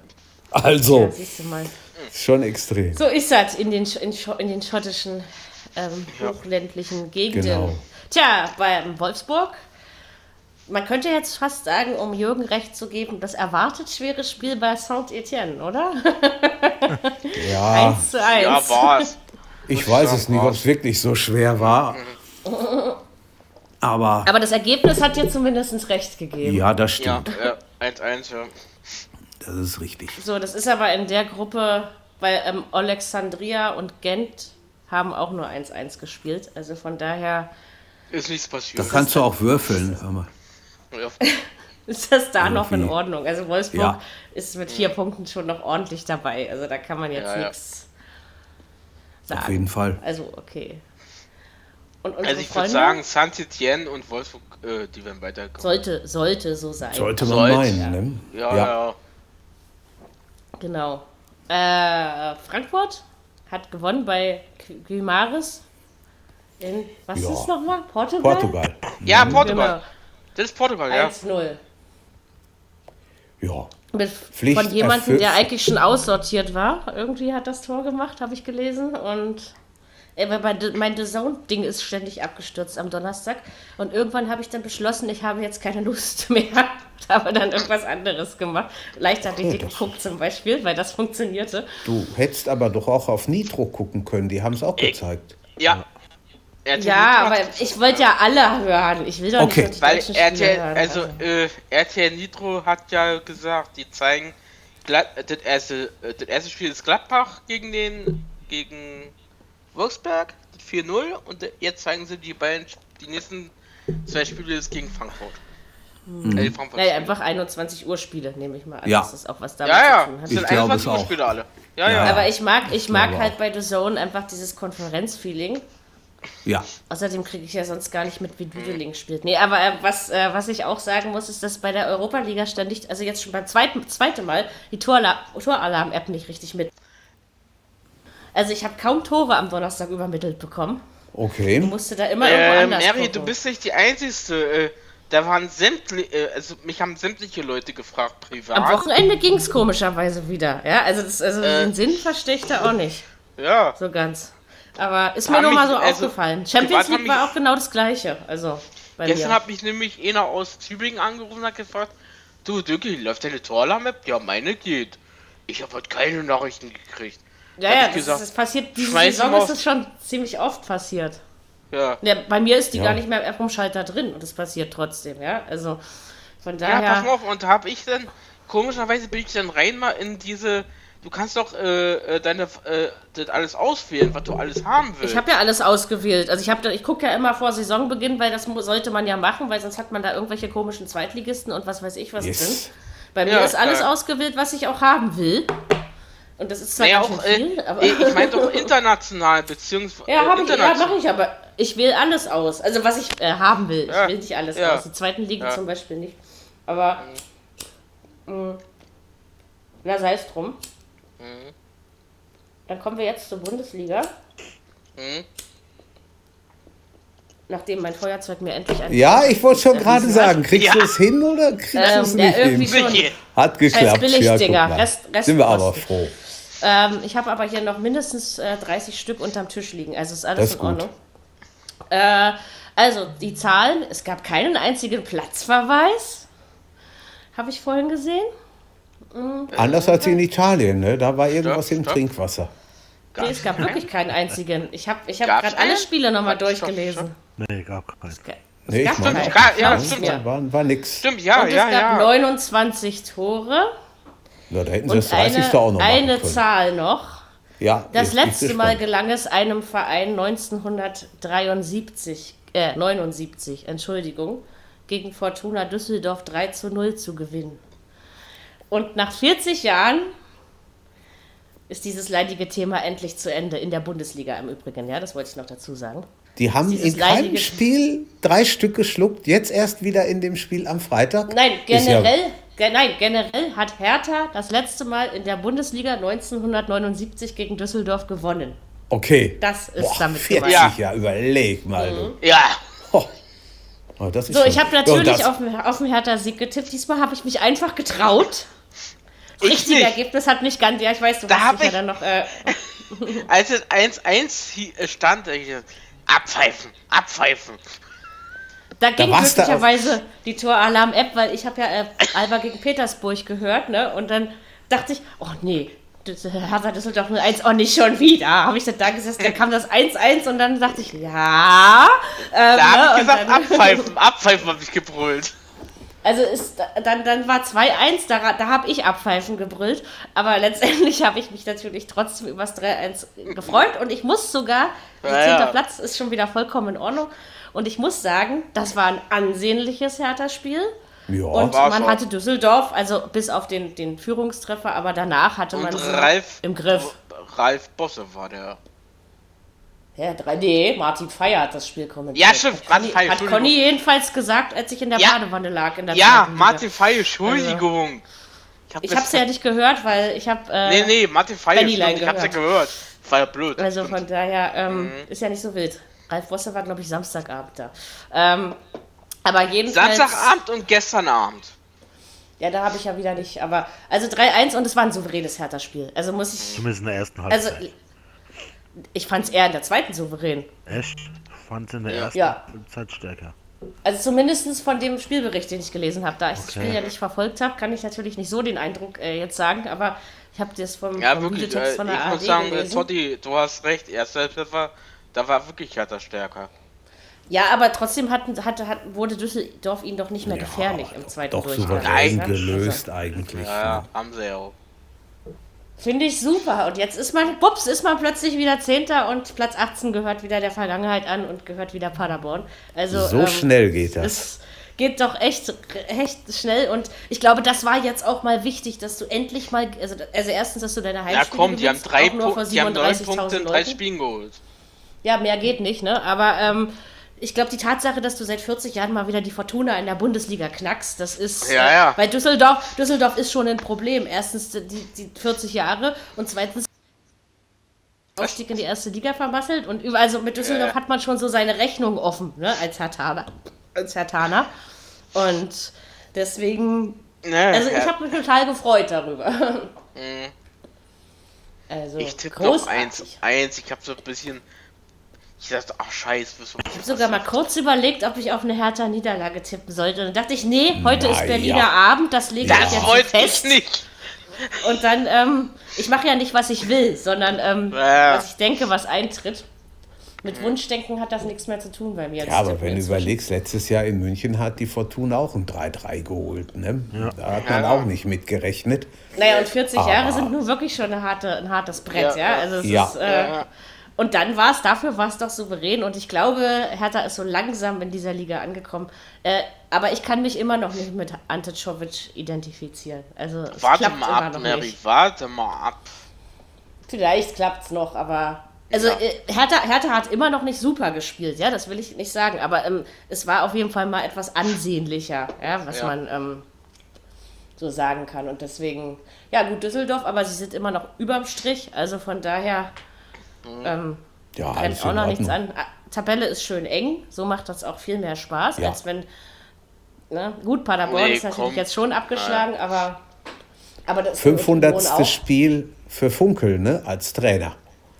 Also,
Ja, siehst du mal.
schon extrem.
So ist das in den, Sch- in, Scho- in den schottischen ähm, hochländlichen Gegenden.
Genau.
Tja, beim Wolfsburg. Man könnte jetzt fast sagen, um Jürgen recht zu geben, das erwartet schwere Spiel bei Saint-Etienne, oder?
Ja,
1 zu 1.
ja, war's.
ich weiß es nicht, ob es wirklich so schwer war. Aber
Aber das Ergebnis hat dir zumindest recht gegeben.
ja, das
Ja,
stimmt.
äh, 1-1, ja.
Das ist richtig.
So, das ist aber in der Gruppe, weil ähm, Alexandria und Gent haben auch nur 1-1 gespielt. Also von daher
Ist nichts passiert.
Da kannst du auch würfeln. Hör mal.
Ja.
ist das da noch in
Irgendwie.
Ordnung. Also Wolfsburg
Ja.
ist mit vier Punkten schon noch ordentlich dabei. Also da kann man jetzt
Ja, ja.
nichts sagen.
Auf jeden Fall.
Also okay. Und unsere
Also ich würde
Freunde
sagen, Saint-Etienne und Wolfsburg, äh, die werden weiterkommen.
sollte, sollte so sein.
Sollte man
Sollte,
meinen. Ne?
Ja, ja, ja.
Genau. Äh, Frankfurt hat gewonnen bei Gu- Guimares in, was
Ja.
ist nochmal? Portugal?
Portugal.
Ja,
Genau.
Portugal. Das ist Portugal, ja.
1-0.
Ja.
Mit,
Pflicht
von jemandem,
erfüllt.
der eigentlich schon aussortiert war. Irgendwie hat das Tor gemacht, habe ich gelesen. Und äh, weil mein, mein Sound-Ding ist ständig abgestürzt am Donnerstag. Und irgendwann habe ich dann beschlossen, ich habe jetzt keine Lust mehr. habe dann irgendwas anderes gemacht.
Oh,
Leichtathletik geguckt zum Beispiel, weil das funktionierte.
Du hättest aber doch auch auf Nitro gucken können. Die haben es
Äh,
auch gezeigt.
Ja. RTL
Ja, aber
Nitro-
ich wollte ja alle hören. Ich will doch
Okay.
nicht nur die
Weil
deutschen Spiele
RTL,
hören. ne?
also, äh, RTL Nitro hat ja gesagt, die zeigen, Glad äh, das, erste, äh, das erste Spiel ist Gladbach gegen den, gegen Wolfsberg, das 4-0 und äh, jetzt zeigen sie die beiden, die nächsten zwei Spiele ist gegen Frankfurt. Äh, die Frankfurt
Hm. Naja, einfach 21 Uhr Spiele, nehme ich mal an.
Ja.
Das ist auch was damit
ja,
zu tun
ja,
hat.
das sind
Ich glaube
21
es
Uhr
auch.
Spiele alle. Ja,
Ja.
ja.
Aber ich mag, ich mag
glaube
halt bei The Zone einfach dieses Konferenzfeeling.
Ja.
Außerdem kriege ich ja sonst gar nicht mit, wie
Mhm.
Dudeling spielt. Nee, aber äh, was, äh, was ich auch sagen muss, ist, dass bei der Europa-Liga ständig, also jetzt schon beim zweiten zweite Mal, die Torala- Toralarm-App nicht richtig mit. Also ich habe kaum Tore am Donnerstag übermittelt bekommen.
Okay.
Musste da immer irgendwo
Ähm,
anders
Mary,
gucken.
du bist nicht die Einzige. Äh, da waren sämtliche, äh, also mich haben sämtliche Leute gefragt, privat.
Am Wochenende ging es komischerweise wieder. Ja, also, das, also
Äh.
den Sinn verstehe ich da auch nicht
Ja.
so ganz. Aber ist mir
Haben
nur mal
mich-
so
also,
aufgefallen.
privat
Champions
haben
League war
mich-
auch genau das Gleiche. Also bei
Gestern
mir.
hat mich nämlich einer aus Tübingen angerufen und hat gefragt, du Dücki, läuft deine Torlam-App? Ja, meine geht. Ich habe heute keine Nachrichten gekriegt.
Ja,
hab
ja,
ich
das,
gesagt,
ist, das passiert. Diese
schmeiß
Saison
ihn
ist
raus.
es schon ziemlich oft passiert.
Ja.
Ja, bei mir ist die
Ja.
gar nicht mehr im App-Umschalter drin und es passiert trotzdem. Ja, also von
Ja,
daher.
pass mal auf, und da habe ich dann, komischerweise bin ich dann rein mal in diese, du kannst doch äh, äh, deine, äh, das alles auswählen, was du alles haben willst.
Ich habe ja alles ausgewählt. Also ich habe, ich gucke ja immer vor Saisonbeginn, weil das mu- sollte man ja machen, weil sonst hat man da irgendwelche komischen Zweitligisten und was weiß ich was
Yes.
drin. Bei mir
Ja, äh.
ist alles
klar.
ausgewählt, was ich auch haben will. Und das ist zwar
naja,
ganz
auch,
schön
äh,
viel, aber
äh, ich meine doch international, beziehungsweise
ja,
äh,
habe ich, ja,
international.
mache ich, aber ich wähle alles aus. Also was ich äh, haben will,
Ja,
ich will nicht alles
ja.
aus. Die zweiten Ligen
Ja. Mhm.
zum Beispiel nicht. Aber mh, na sei es drum. Dann kommen wir jetzt zur Bundesliga.
Mhm.
Nachdem mein Feuerzeug mir endlich ein
Ja, ich wollte
Äh,
schon gerade sagen, kriegst
Ja.
du es hin oder kriegst du es
Ähm, ja,
nicht
irgendwie
hin?
schon.
Sicher.
Hat geklappt.
Als
ja, guck
Billigdinger.
mal.
Rest- Rest-
Sind wir aber
Kosten.
froh.
Ähm, ich habe aber hier noch mindestens äh, 30 Stück unterm Tisch liegen, also ist alles
Das ist
in Ordnung.
gut.
Äh, also, die Zahlen, es gab keinen einzigen Platzverweis, habe ich vorhin gesehen.
Anders als in Italien, ne? Da war irgendwas im
stopp.
Trinkwasser.
Nee, es gab wirklich keinen einzigen. Ich habe ich hab
Gab's
gerade alle
einen?
Spiele nochmal
Stopp, stopp,
durchgelesen.
Nee, gab keinen.
Nee,
gab
ich meine,
keinen.
Ja, ja,
Glaub's
stimmt.
mir.
da war, war nix.
Stimmt, ja,
Und es
ja,
gab
ja.
29 Tore
Na, da hätten sie das
und
30.
eine,
auch noch machen
eine
können.
Zahl noch.
Ja,
Das
jetzt bin ich
letzte Mal
gespannt.
gelang es einem Verein 1973, äh, 79, Entschuldigung, gegen Fortuna Düsseldorf 3 zu 0 zu gewinnen. Und nach 40 Jahren ist dieses leidige Thema endlich zu Ende, in der Bundesliga im Übrigen, ja, das wollte ich noch dazu sagen.
Die haben
Dieses
in keinem
leidige-
Spiel drei Stück geschluckt, jetzt erst wieder in dem Spiel am Freitag.
Nein,
Ist ja-
generell, ge nein, generell hat Hertha das letzte Mal in der Bundesliga 1979 gegen Düsseldorf gewonnen.
okay.
Das ist
Boah,
damit
40
gemeint. Mhm.
ja. überleg mal. du.
Ja,
Ho. Oh, das ist
So,
schon-
ich habe
Ja,
natürlich
das-
auf den, auf den Hertha-Sieg getippt. Diesmal habe ich mich einfach getraut. Das
Ich
richtige
nicht.
Ergebnis hat nicht ganz. Ja, ich weiß, du
Da
hast
hab
dich ja dann
ich-
noch. Äh,
als es 1-1 hi- äh, stand, dachte ich, so, abpfeifen, abpfeifen.
da ging
warst du auf-
glücklicherweise die Toralarm-App, weil ich habe ja äh, Alba gegen Petersburg gehört, ne? Und dann dachte ich, oh nee, das- Hertha Düsseldorf 01, oh nicht schon wieder. Habe ich dann da gesessen, dann kam das 1-1 und dann dachte ich, ja. ähm,
Da
ne,
hab
und
ich gesagt,
dann-
abpfeifen, abpfeifen hab ich gebrüllt.
Also ist, dann, dann war 2-1, da, da habe ich abpfeifen gebrüllt, aber letztendlich habe ich mich natürlich trotzdem übers 3-1 gefreut und ich muss sogar, der
Ja,
zehnte
ja.
Platz ist schon wieder vollkommen in Ordnung und ich muss sagen, das war ein ansehnliches Hertha-Spiel
Ja.
und
War
man
schon.
hatte Düsseldorf, also bis auf den, den Führungstreffer, aber danach hatte man
Und
sie
Ralf,
im Griff.
Ralf Bosse war der.
Ja, 3D, Martin Feier hat das Spiel kommentiert.
Ja, stimmt,
Hat
Martin
Conny-
Feier,
Hat
Entschuldigung.
Conny jedenfalls gesagt, als ich in der
Ja.
Badewanne lag. In der
Ja,
zweiten Liga.
Martin Feier, Entschuldigung. hab
Ich
das-
hab's ja nicht gehört, weil ich hab. Äh,
Nee, nee, Martin Feier,
Benny
stimmt,
Lein
ich hab's ja gehört. War ja blöd.
Also
stimmt.
von daher
Mhm.
ähm, ist ja nicht so wild. Ralf Bosse war, glaube ich, Samstagabend da. Ähm, aber jedenfalls.
Samstagabend und gestern Abend.
Ja, da habe ich ja wieder nicht. Aber also 3-1 und es war ein souveränes Hertha-Spiel. Also muss ich.
Mhm.
Zumindest in der ersten
Also
Halbzeit.
ich fand es eher in der zweiten souverän.
Echt? Fand in der ersten
Ja.
Halbzeit stärker.
Also zumindest von dem Spielbericht, den ich gelesen habe. Da ich das
Okay.
Spiel ja nicht verfolgt habe, kann ich natürlich nicht so den Eindruck äh, jetzt sagen. Aber ich habe das vom,
Ja,
vom
wirklich.
Videotext
Äh, ich
von der
muss
ARD
sagen, äh,
gelesen.
Totti, du hast recht. Erster Treffer, da war wirklich Hertha stärker.
Ja, aber trotzdem hatten, hatte, hat, wurde Düsseldorf ihn doch nicht mehr gefährlich im zweiten
Doch
Durchgang.
souverän
ne? Also-
gelöst eigentlich.
Ja,
Hm.
ne?
haben sie ja auch.
Finde ich super. Und jetzt ist man, bups, ist man plötzlich wieder Zehnter und Platz 18 gehört wieder der Vergangenheit an und gehört wieder Paderborn. Also,
So
ähm,
schnell geht das.
Es geht doch echt, echt schnell und ich glaube, das war jetzt auch mal wichtig, dass du endlich mal, also, also erstens, dass du deine
Ja,
Heimspiele
komm, die haben
gewinnst,
drei
auch nur vor
Punkte, die haben neun
37.000
Punkte in drei
Leuten.
Spielen geholt.
Ja, mehr geht nicht, ne? Aber ähm, ich glaube, die Tatsache, dass du seit 40 Jahren mal wieder die Fortuna in der Bundesliga knackst, das ist.
Ja,
äh,
ja.
Weil Düsseldorf, Düsseldorf ist schon ein Problem. Erstens äh, die, die 40 Jahre und zweitens. Aufstieg in die erste Liga vermasselt und überall so mit Düsseldorf
Ja, ja.
hat man schon so seine Rechnung offen, ne, als Hertaner. Als Hertaner. Und deswegen,
Ne,
also ich
Her-
habe mich total gefreut darüber. Also,
Mhm. ich tippe noch
großartig.
1, 1. Ich hab so ein bisschen. Ich dachte, ach, scheiß, was Ich
Ich habe sogar mal kurz überlegt, ob ich auf eine härter Niederlage tippen sollte. Und dann dachte ich, nee, heute ist
Na
Berliner
ja.
Abend, das lege ich
Das
jetzt
wollte ich
fest.
nicht.
Und dann, ähm, ich mache ja nicht, was ich will, sondern ähm,
Ja.
was ich denke, was eintritt. Mit Wunschdenken hat das nichts mehr zu tun bei mir. Das
Ja, aber
tippen
wenn du
jetzt.
überlegst, letztes Jahr in München hat die Fortuna auch ein 3-3 geholt. Ne? Da hat man
Ja.
auch nicht mitgerechnet.
Naja, und 40
Aber-
Jahre sind nun wirklich schon eine harte, ein hartes Brett,
Ja,
ja.
ja.
Also es
Ah. Ja.
ist, äh, Und dann war es, dafür war es doch souverän und ich glaube, Hertha ist so langsam in dieser Liga angekommen. Äh, aber ich kann mich immer noch nicht mit Ante Czovic identifizieren. Also es
Warte
klappt
mal
immer
ab,
noch
Mary,
nicht.
warte mal ab.
Vielleicht klappt es noch, aber. Also
Ja.
äh, Hertha, Hertha hat immer noch nicht super gespielt, ja, das will ich nicht sagen. Aber ähm, es war auf jeden Fall mal etwas ansehnlicher, ja, was
Ja.
man ähm, so sagen kann. Und deswegen, ja gut, Düsseldorf, aber sie sind immer noch überm Strich. Also von daher ähm,
Ja, alles
brennt
in
auch noch nichts
Ordnung.
an. Ah, Tabelle ist schön eng, so macht das auch viel mehr Spaß,
Ja.
als wenn. Ne? Gut, Paderborn
Nee,
ist natürlich
komm.
jetzt schon abgeschlagen, aber. aber das
500.
Union auch.
Spiel für Funkel ne? als Trainer.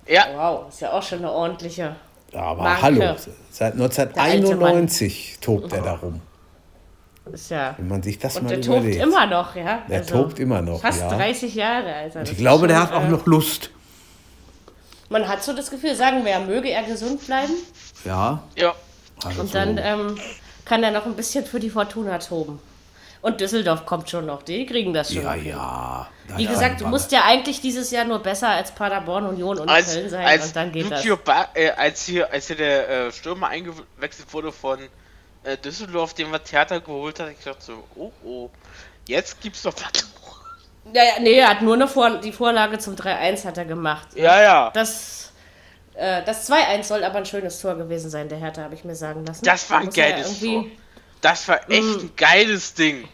Ja,
Wow, ist ja auch schon eine ordentliche.
Ja, Aber
Marke.
hallo, seit
alte
1991 tobt er darum.
Ist ja.
Wenn man sich das
Und
mal
der tobt
überlegt.
immer noch, ja? Also
Der tobt immer noch,
Fast
ja.
30 Jahre, Alter. Das
Ich glaube,
ist
der
schon,
hat auch
äh,
noch Lust.
Man hat so das Gefühl, sagen wir ja, möge er gesund bleiben.
Ja.
ja.
also
Und dann
so.
ähm, kann er noch ein bisschen für die Fortuna toben. Und Düsseldorf kommt schon noch. Die kriegen das schon.
Ja,
noch.
ja. Na
Wie
ja,
gesagt, du
Mann.
musst ja eigentlich dieses Jahr nur besser als Paderborn, Union und
als,
Köln sein
als,
und dann geht das.
Lucio Ba- äh, als hier, als hier der äh, Stürmer eingewechselt wurde von äh, Düsseldorf, den wir Theater geholt hat, ich dachte so, oh oh, jetzt gibt's doch was.
Naja, nee, er hat nur eine Vor die Vorlage zum 3-1 hat er gemacht.
Ja, ja.
Das, äh, das 2-1 soll aber ein schönes Tor gewesen sein, der Hertha, habe ich mir sagen lassen.
Das war ein
Muss ja
geiles
irgendwie- Mm.
Tor. Das war echt ein geiles Ding.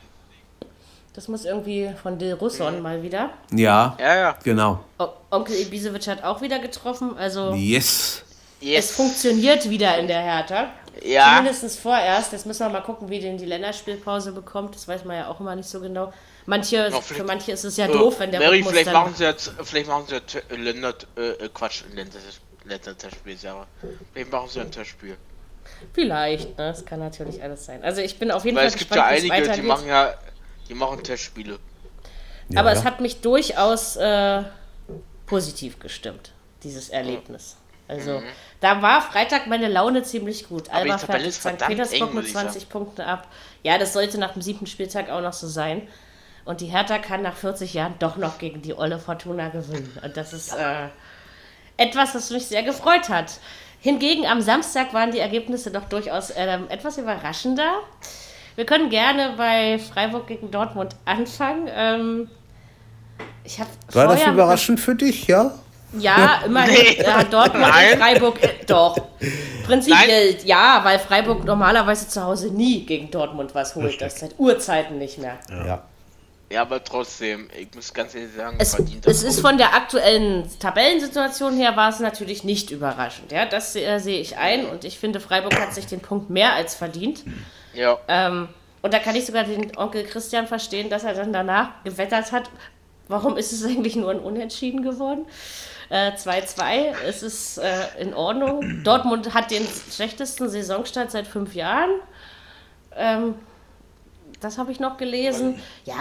Das muss irgendwie von Dil
Mhm.
Russon mal wieder.
Ja,
Ja, ja.
genau.
O Onkel Ibisevic hat auch wieder getroffen, also
Yes.
es
Yes.
funktioniert wieder in der Hertha.
Ja.
Zumindest vorerst. Jetzt müssen wir mal gucken, wie denn die Länderspielpause bekommt. Das weiß man ja auch immer nicht so genau. Manche,
Ja, vielleicht-
für manche ist es ja
Äh,
doof, wenn der
Mary,
Rhythmus
vielleicht
dann-
machen sie jetzt, vielleicht machen sie jetzt äh, Länder, äh, äh, Quatsch, Länder, Länder Testspiel, Sarah. Vielleicht machen sie ein Testspiel.
Vielleicht, ne? Das kann natürlich alles sein. Also ich bin auf jeden
Weil es
Fall
gibt ja
gespannt, wie es
einige, die
weitergeht.
machen ja, die machen Testspiele.
Aber
Ja,
es
ja.
hat mich durchaus äh, positiv gestimmt, dieses Erlebnis. Also, da war Freitag meine Laune ziemlich gut.
Mhm. die
Alba
Tabelle
fertig
ist
St.
verdammt
Petersburg
eng, muss
mit
ich sagen.
20 Punkten ab. Ja, das sollte nach dem siebten Spieltag auch noch so sein. Und die Hertha kann nach 40 Jahren doch noch gegen die Olle Fortuna gewinnen. Und das ist äh, etwas, was mich sehr gefreut hat. Hingegen am Samstag waren die Ergebnisse doch durchaus ähm, etwas überraschender. Wir können gerne bei Freiburg gegen Dortmund anfangen. Ähm, ich hab
War das
vorher-
überraschend für dich, ja?
Ja, immerhin
Nee.
äh, Dortmund
Nein.
und Freiburg. Äh, doch. Prinzipiell ja, weil Freiburg normalerweise zu Hause nie gegen Dortmund was holt. Das seit Urzeiten nicht mehr.
Ja.
Ja, aber trotzdem, ich muss ganz ehrlich sagen,
Es,
verdient
es
das
ist
auch.
von der aktuellen Tabellensituation her war es natürlich nicht überraschend. Ja, das äh, sehe ich ein und ich finde, Freiburg hat sich den Punkt mehr als verdient.
Ja,
Ähm, und da kann ich sogar den Onkel Christian verstehen, dass er dann danach gewettert hat. Warum ist es eigentlich nur ein Unentschieden geworden? Äh, 2-2, es ist äh, in Ordnung. Dortmund hat den schlechtesten Saisonstart seit fünf Jahren. Ähm, das habe ich noch gelesen. Ja,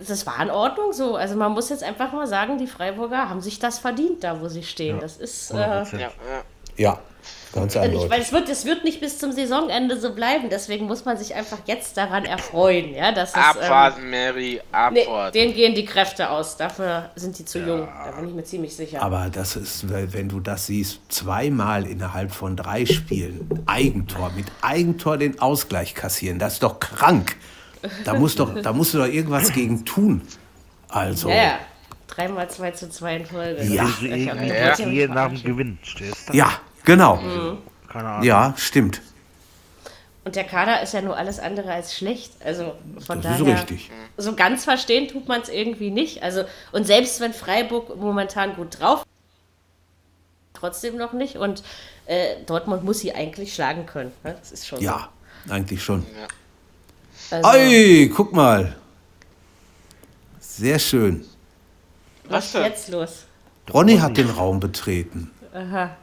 das war in Ordnung so. Also man muss jetzt einfach mal sagen, die Freiburger haben sich das verdient, da wo sie stehen. Das ist. Äh,
100%.
ja, ja.
Ja, ganz
Also ich, Äh, weil
eindeutig.
es wird, es wird nicht bis zum Saisonende so bleiben, deswegen muss man sich einfach jetzt daran erfreuen, ja, dass es, ähm,
Abwarten,
nee,
Mary, abwarten.
denen gehen die Kräfte aus, dafür sind die zu jung, da bin ich mir ziemlich sicher.
Aber das ist, weil wenn du das siehst, zweimal innerhalb von drei Spielen Eigentor, mit Eigentor den Ausgleich kassieren, das ist doch krank. Da, muss doch, da musst du doch irgendwas gegen tun. Also,
ja, ja. dreimal 2 zu 2 in Folge.
Ja.
Wenn du irgendwie
Ja.
ja. hier nach dem Gewinn stehst. dann-
ja, genau.
Mhm.
Keine Ahnung.
Ja, stimmt.
Und der Kader ist ja nur alles andere als schlecht, also von
Das ist
daher,
richtig.
so ganz verstehen tut man es irgendwie nicht, also und selbst wenn Freiburg momentan gut drauf trotzdem noch nicht und äh, Dortmund muss sie eigentlich schlagen können, ne? das ist schon
Ja, eigentlich schon.
so. Also-
Ei, guck mal. Sehr schön.
Was ist
denn?
jetzt los?
Ronny hat den Raum betreten.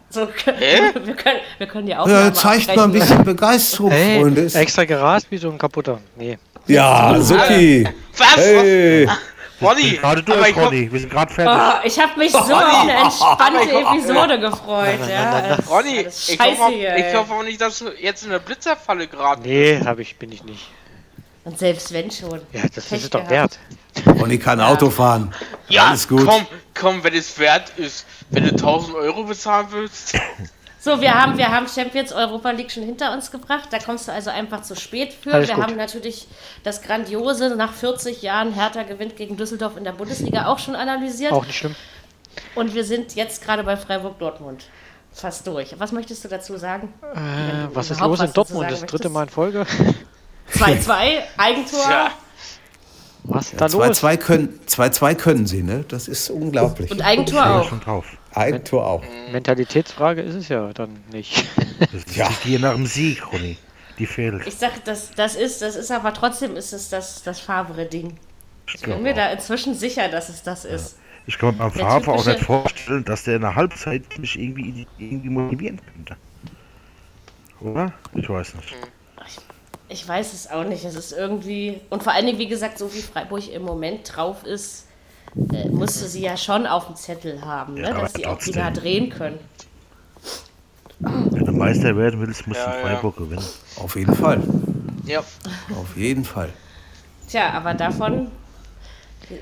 So, wir, können, wir können die Aufnahme
Ja, zeigt mal ein
abbrechen.
bisschen Begeisterung,
Hey,
Freunde. Ist-
Äh, extra gerast wie so ein kaputter. Nee.
Ja, Suki.
Was?
Hey.
Ronny! aber
Gerade durch,
ich hoffe-
Conny. Wir sind gerade fertig.
Oh, ich habe mich so auf eine entspannte Episode gefreut. Ja.
Ronny,
Das ist
ich
scheiße
hoffe, auch-
hier, ey.
ich hoffe auch nicht, dass du jetzt in eine Blitzerfalle geraten
Nee, hab ich, bin ich nicht.
Und selbst wenn schon.
Ja, das
Pech
ist es doch
gehabt.
wert.
Ronny kann Auto fahren.
Ja,
Alles gut.
komm, komm, wenn es wert ist. Wenn du 1000 Euro bezahlen willst.
So, wir haben, wir haben Champions Europa League schon hinter uns gebracht. Da kommst du also einfach zu spät für.
Alles
wir
gut.
haben natürlich das Grandiose nach 40 Jahren Hertha gewinnt gegen Düsseldorf in der Bundesliga auch schon analysiert.
Auch nicht schlimm.
Und wir sind jetzt gerade bei Freiburg-Dortmund. Fast durch. Was möchtest du dazu sagen?
Äh, was ist
überhaupt was
los in
dazu
Dortmund?
sagen
Das dritte
möchtest?
Mal in Folge.
2-2, Eigentor.
Tja.
Was ist da los?
2-2 können, 2-2 können sie, ne?
Das ist unglaublich.
Und Eigentor
Ja,
auch.
schon drauf.
Ein Tor auch.
Mhm. Mentalitätsfrage ist es ja dann nicht.
Das ist ja. die Gier nach dem Sieg, Conny. Die fehlt.
Ich sag, das, das ist, das ist aber trotzdem ist es das, das Fabre-Ding. Ich bin mir da inzwischen sicher, dass es das ist.
Ich kann mir am
Der
Favre auch
typische-
nicht vorstellen, dass der in der Halbzeit mich irgendwie, irgendwie motivieren könnte. Oder? Ich weiß nicht.
Ich weiß es auch nicht. Es ist irgendwie. Und vor allen Dingen, wie gesagt, so wie Freiburg im Moment drauf ist, äh, musste sie ja schon auf dem Zettel haben,
Ja,
ne?
aber
dass sie auch
trotzdem.
wieder drehen können.
Wenn du Meister werden willst, musst du
Ja,
in
ja.
Freiburg gewinnen.
Auf jeden Fall.
Ja.
Auf jeden Fall.
Tja, aber davon,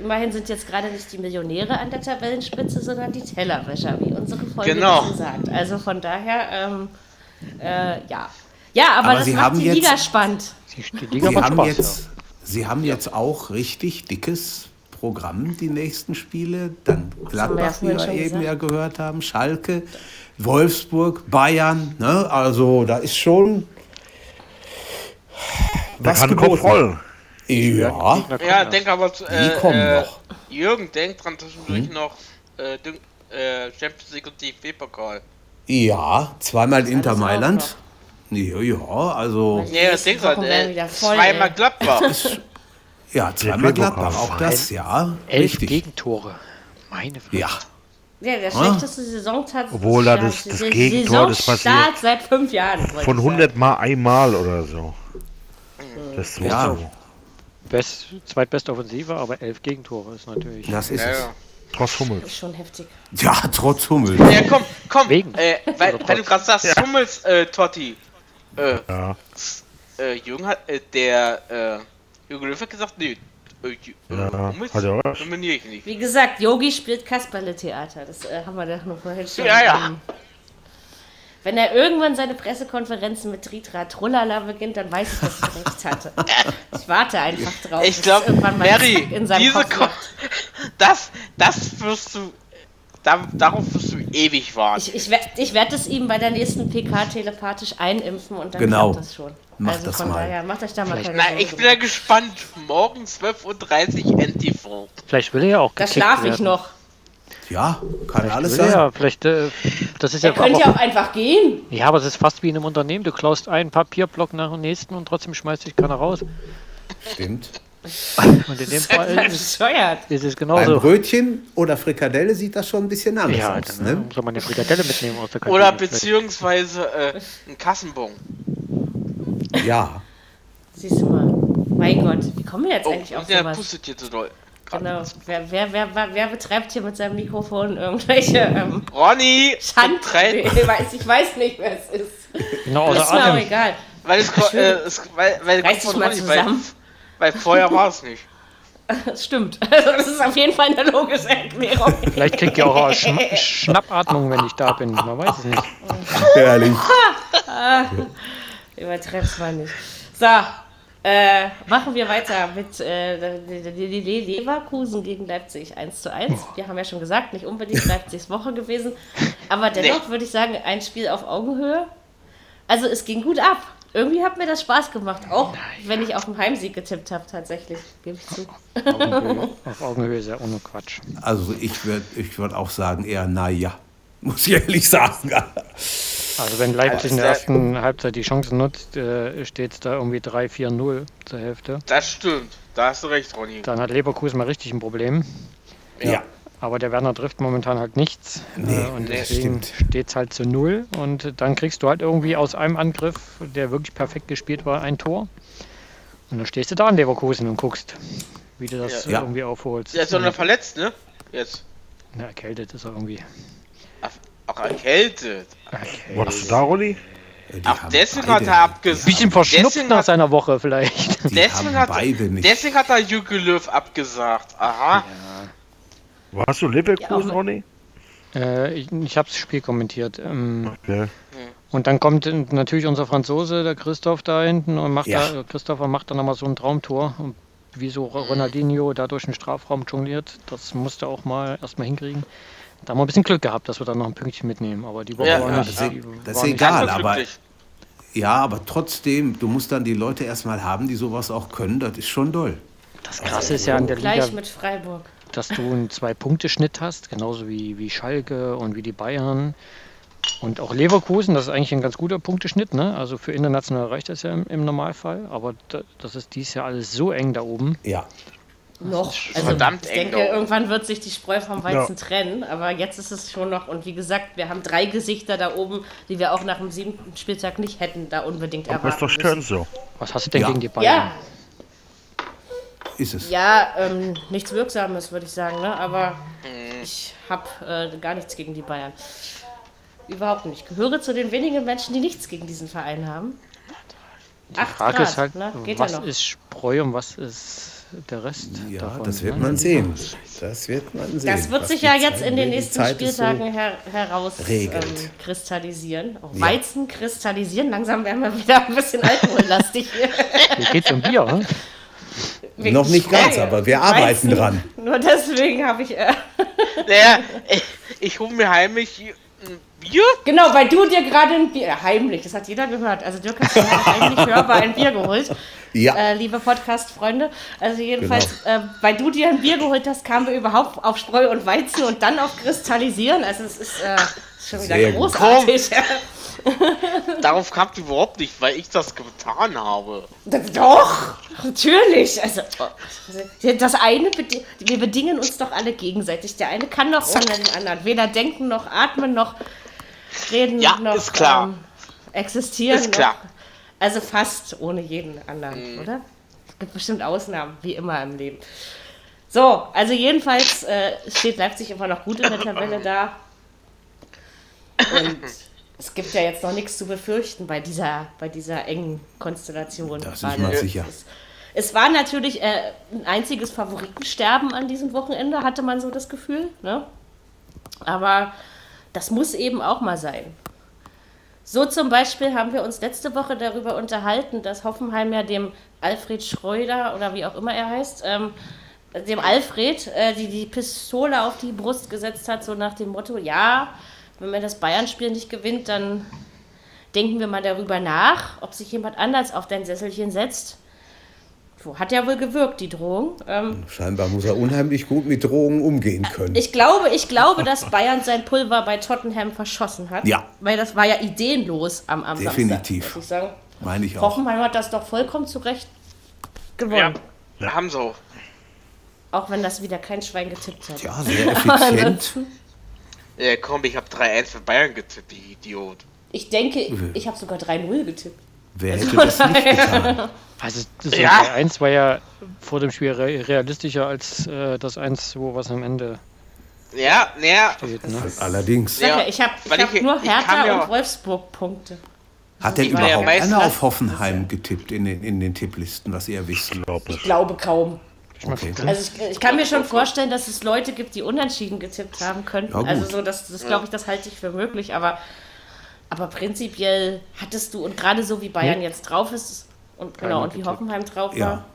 immerhin sind jetzt gerade nicht die Millionäre an der Tabellenspitze, sondern die Tellerwäscher, wie unsere Folge
Genau.
schon sagt. Also von daher, ähm, äh, ja. Ja, aber,
Aber
das
Sie
macht
haben
die
jetzt-
Liga spannend.
Die, die Liga
Sie
macht
haben,
Spaß,
jetzt, Sie haben jetzt auch richtig dickes Programm, die nächsten Spiele. Dann Gladbach,
haben
wie
wir
wir
ja vorhin schon
eben
gesagt.
ja gehört haben, Schalke, Wolfsburg, Bayern. Ne? Also da ist schon
Da
was
kann
geboten.
Kopf rollen.
Ja,
ja.
Ja, denk aber zu. Äh,
Die kommen
äh,
noch.
Jürgen, denk dran zwischendurch noch äh, Dün- äh, Champions League und DFB-Pokal.
ja, zweimal Inter
alles
Mailand. Ja, ja, also
Nee, das
nächsten
Ding halt,
Wochen werden wieder
äh,
voll,
zweimal
ey.
Gladbach.
ja, zweimal
Gladbach.
Gladbach, auch das, ja,
Elf
richtig.
Gegentore. Meine Fresse.
Ja,
Ja, der schlechteste Saisonstart.
Obwohl da das- das Gegentor, das passiert.
Saisonstart seit fünf Jahren. wollte
Von
ich Mhm.
100 Mal einmal oder so. Das ist
Ja.
so.
Best, zweitbeste Offensive, aber elf Gegentore ist natürlich.
das ist
Ja,
es.
ja.
Trotz Hummels.
sagen. Schon heftig.
Ja, trotz Hummel.
ja, komm, komm.
Wegen.
Äh, weil, weil du gerade sagst, Hummels, äh, Totti. Äh,
Ja.
äh, Jürgen hat, äh, der, äh, Jürgen Löw hat gesagt, nee. Äh, Jü- äh,
Ja,
Hummels
hat er recht.
nominiere ich nicht.
Wie gesagt, Yogi spielt Kasperle-Theater. Das äh, haben wir doch noch vorhin schon.
Ja, ja.
Wenn er irgendwann seine Pressekonferenzen mit Ritra Trullala beginnt, dann weiß ich, dass ich recht hatte. Ich warte einfach drauf.
Ich
bis
glaube,
irgendwann mal
Mary,
Zack
diese
Kopf macht.
Ko das, das wirst du, da, darauf wirst du ewig warten.
Ich, ich, werd- ich werde es ihm bei der nächsten PK telepathisch einimpfen und dann
Genau.
klappt das schon.
Mach
also
das
von
mal.
daher, macht euch da mal keine
Na, ich
Sorgen.
bin ja gespannt. Morgen 12.30 Uhr NTV.
Vielleicht will er ja auch
Da
gekickt
schlafe ich
werden.
noch.
Ja, kann alles
Will er
sein.
ja, vielleicht, äh, das ist ja,
Er
aber,
könnte ja auch einfach gehen.
ja, aber es ist fast wie in einem Unternehmen. Du klaust einen Papierblock nach dem nächsten und trotzdem schmeißt dich keiner raus.
Stimmt.
Und in dem
Voll
Fall ist,
bescheuert.
ist es
Beim
Also-
genauso.
Brötchen oder Frikadelle sieht das schon ein bisschen anders
Ja,
aus.
dann
genau.
ne?
Ne?
muss man eine Frikadelle mitnehmen aus der Kantine.
Oder beziehungsweise äh, ein Kassenbon.
Ja,
Siehst du mal. Mein Gott, wie kommen wir jetzt
Oh,
eigentlich auf
und der
sowas?
pustet hier zu doll.
Genau. Wer, wer, wer, wer, wer betreibt hier mit seinem Mikrofeld irgendwelche ähm,
Ronny! um
Schand?
betreibt-
Ich weiß, ich weiß nicht, wer es ist.
Genau,
Das
außer
ist mir auch
Atem.
egal.
Weil es, ko- äh, es weil, weil
Reiß
kommt
dich mal
von Ronny, weil-
zusammen.
Weil vorher war es nicht.
Das stimmt. Also, das ist auf jeden Fall eine logische Erklärung.
Vielleicht kriegt ihr auch eine Schna Schnappatmung, wenn ich da bin. Man weiß es nicht.
herrlich.
Übertreib's mal nicht. So, äh, machen wir weiter mit äh, Le- Le- Le- Leverkusen gegen Leipzig 1 zu 1. Wir haben ja schon gesagt, nicht unbedingt Leipzigs Woche gewesen. Aber dennoch würde ich sagen, ein Spiel auf Augenhöhe. Also es ging gut ab. Irgendwie hat mir das Spaß gemacht, auch wenn ich auf den Heimsieg getippt habe, tatsächlich, gebe ich zu.
Auf Augenhöhe ist ja ohne Quatsch.
Also ich würde ich würd auch sagen, eher naja. Muss ich ehrlich sagen.
Also wenn Leipzig in der ersten Halbzeit die Chance nutzt, äh, steht es da irgendwie 3-4-0 zur Hälfte.
Das stimmt. Da hast du recht, Ronny.
Dann hat Leverkusen mal richtig ein Problem.
Ja.
Aber der Werner trifft momentan halt nichts. äh, und
nee,
deswegen steht es halt zu null. Und dann kriegst du halt irgendwie aus einem Angriff, der wirklich perfekt gespielt war, ein Tor. Und dann stehst du da in Leverkusen und guckst, wie du das
Ja.
irgendwie aufholst.
Der ist doch noch
Und-
verletzt, ne? Jetzt.
Na, erkältet ist er irgendwie.
Ach, ach erkältet.
Erkältet.
Warst du da, Rolli?
Die
Ach,
haben
deswegen hat
beide-
er abgesagt.
Bisschen verschnupft
Deswegen
nach
hat,
seiner Woche vielleicht.
Die
deswegen
haben
hat,
beide nicht.
deswegen hat er Jürgen Löw abgesagt. Aha.
Warst du Leverkusen,
Ja, aber-
Ronny?
äh, ich ich habe das Spiel kommentiert. Ähm,
Okay.
Und dann kommt äh, natürlich unser Franzose, der Christoph, da hinten und macht
Ja.
da, Christopher macht dann nochmal so ein Traumtor. Und wie so Ro- Ronaldinho da durch den Strafraum jongliert. Das musste auch mal erstmal hinkriegen. Da haben wir ein bisschen Glück gehabt, dass wir dann noch ein Pünktchen mitnehmen. Aber die Woche
Ja,
war
ja,
nicht.
das ist-
die
das
war
ist
nicht-
egal.
Ganz
aber-
glücklich.
Ja, aber trotzdem, du musst dann die Leute erstmal haben, die sowas auch können. Das ist schon doll.
Das Krasse ist ja an der Liga,
Gleich mit Freiburg.
dass du einen Zwei-Punkte-Schnitt hast, genauso wie, wie Schalke und wie die Bayern. Und auch Leverkusen, das ist eigentlich ein ganz guter Punkteschnitt. Ne? Also für international reicht das ja im, im Normalfall. Aber da, das ist dies Jahr alles so eng da oben.
Ja.
Noch. Also,
verdammt
ich
eng
denke,
noch.
irgendwann wird sich die Spreu vom Weizen
Ja.
trennen, aber jetzt ist es schon noch. Und wie gesagt, wir haben drei Gesichter da oben, die wir auch nach dem siebten Spieltag nicht hätten da unbedingt
Aber ist
erwarten
doch schön
müssen.
so.
Was hast du denn
Ja.
gegen die Bayern?
Ja,
Ist es.
ja, ähm, nichts Wirksames, würde ich sagen, ne? aber
Mhm.
ich habe äh, gar nichts gegen die Bayern. Überhaupt nicht. Ich gehöre zu den wenigen Menschen, die nichts gegen diesen Verein haben. Acht
Frage
Grad,
ist halt,
ne? Geht ja
was
noch.
ist Spreu und was ist der Rest.
Ja,
davon,
das wird
ne?
man sehen. Das wird man sehen.
Das wird
was
sich
die
ja jetzt
Zeit-
in den
die
nächsten
Zeit ist so-
Spieltagen her herauskristallisieren.
regelt.
Ähm, kristallisieren. Auch Weizen kristallisieren. Langsam werden wir wieder ein bisschen alkohollastig hier.
Hier geht's um Bier, ne?
Noch nicht ganz, aber wir arbeiten
Weizen.
dran.
Nur deswegen habe ich. Äh,
Naja, ich, ich hole mir heimlich ein Bier.
genau, weil du dir gerade ein Bier. äh, Heimlich, das hat jeder gehört. Also, Dirk hat sich eigentlich hörbar ein Bier geholt.
Ja. Genau.
Äh, liebe Podcast-Freunde. Also, jedenfalls, äh, weil du dir ein Bier geholt hast, kamen wir überhaupt auf Spreu und Weizen und dann auf Kristallisieren. Also, es ist äh, schon wieder
Sehr gut.
großartig.
Darauf kamt ihr überhaupt nicht, weil ich das getan habe.
Das- Doch, natürlich. Also, das eine, bedi- wir bedingen uns doch alle gegenseitig. Der eine kann doch ohne den anderen. Weder denken noch atmen noch reden
Ja,
noch
ist klar.
ähm, existieren.
Ist klar. Mhm.
Noch. Also fast ohne jeden anderen, oder? Es gibt bestimmt Ausnahmen, wie immer im Leben. So, also jedenfalls äh, steht Leipzig immer noch gut in der Tabelle da. Und es gibt ja jetzt noch nichts zu befürchten bei dieser, bei dieser engen Konstellation.
Das
Weil
ist mal sicher.
Es war natürlich äh, ein einziges Favoritensterben an diesem Wochenende, hatte man so das Gefühl. Ne? Aber das muss eben auch mal sein. So zum Beispiel haben wir uns letzte Woche darüber unterhalten, dass Hoffenheim ja dem Alfred Schreuder oder wie auch immer er heißt, ähm, dem Alfred, äh, die die Pistole auf die Brust gesetzt hat, so nach dem Motto, ja, wenn wir das Bayern-Spiel nicht gewinnt, dann denken wir mal darüber nach, ob sich jemand anders auf dein Sesselchen setzt. So, hat ja wohl gewirkt, die Drohung. Ähm,
Scheinbar muss er unheimlich gut mit Drogen umgehen können.
ich glaube, ich glaube, dass Bayern sein Pulver bei Tottenham verschossen hat.
Ja.
Weil das war ja ideenlos am, am
Definitiv.
Samstag, muss ich sagen.
Meine ich auch.
Hoffenheim hat das doch vollkommen zu Recht
Ja,
gewonnen.
haben sie auch.
Auch wenn das wieder kein Schwein getippt hat.
Ja, sehr effizient.
Also,
Ja, äh, komm, ich habe 3-1 für Bayern getippt, die Idiot.
Ich denke, ich, ich habe sogar 3-0 getippt.
Wer
also
hätte das nicht getan?
Also so
Ja.
1 war ja vor dem Spiel re realistischer als äh, das 1-2, was am Ende
Ja, naja,
geht. Ne?
Allerdings.
Ja,
Ja, ich habe ich
weil
hab
ich-
nur
ich kam
Hertha
ja-
und Wolfsburg Punkte.
Hat denn
Ich war ja
überhaupt
meistens-
einer auf Hoffenheim getippt in den, in den Tipplisten, was ihr wisst?
Ich glaube kaum.
Okay.
Also ich, ich kann mir schon vorstellen, dass es Leute gibt, die unentschieden getippt haben könnten.
Ja, gut.
also so, das, das glaube ich, das halte ich für möglich. Aber, aber prinzipiell hattest du, und gerade so wie
Hm?
Bayern jetzt drauf ist und genau, und wie Hoffenheim drauf war,
Ja.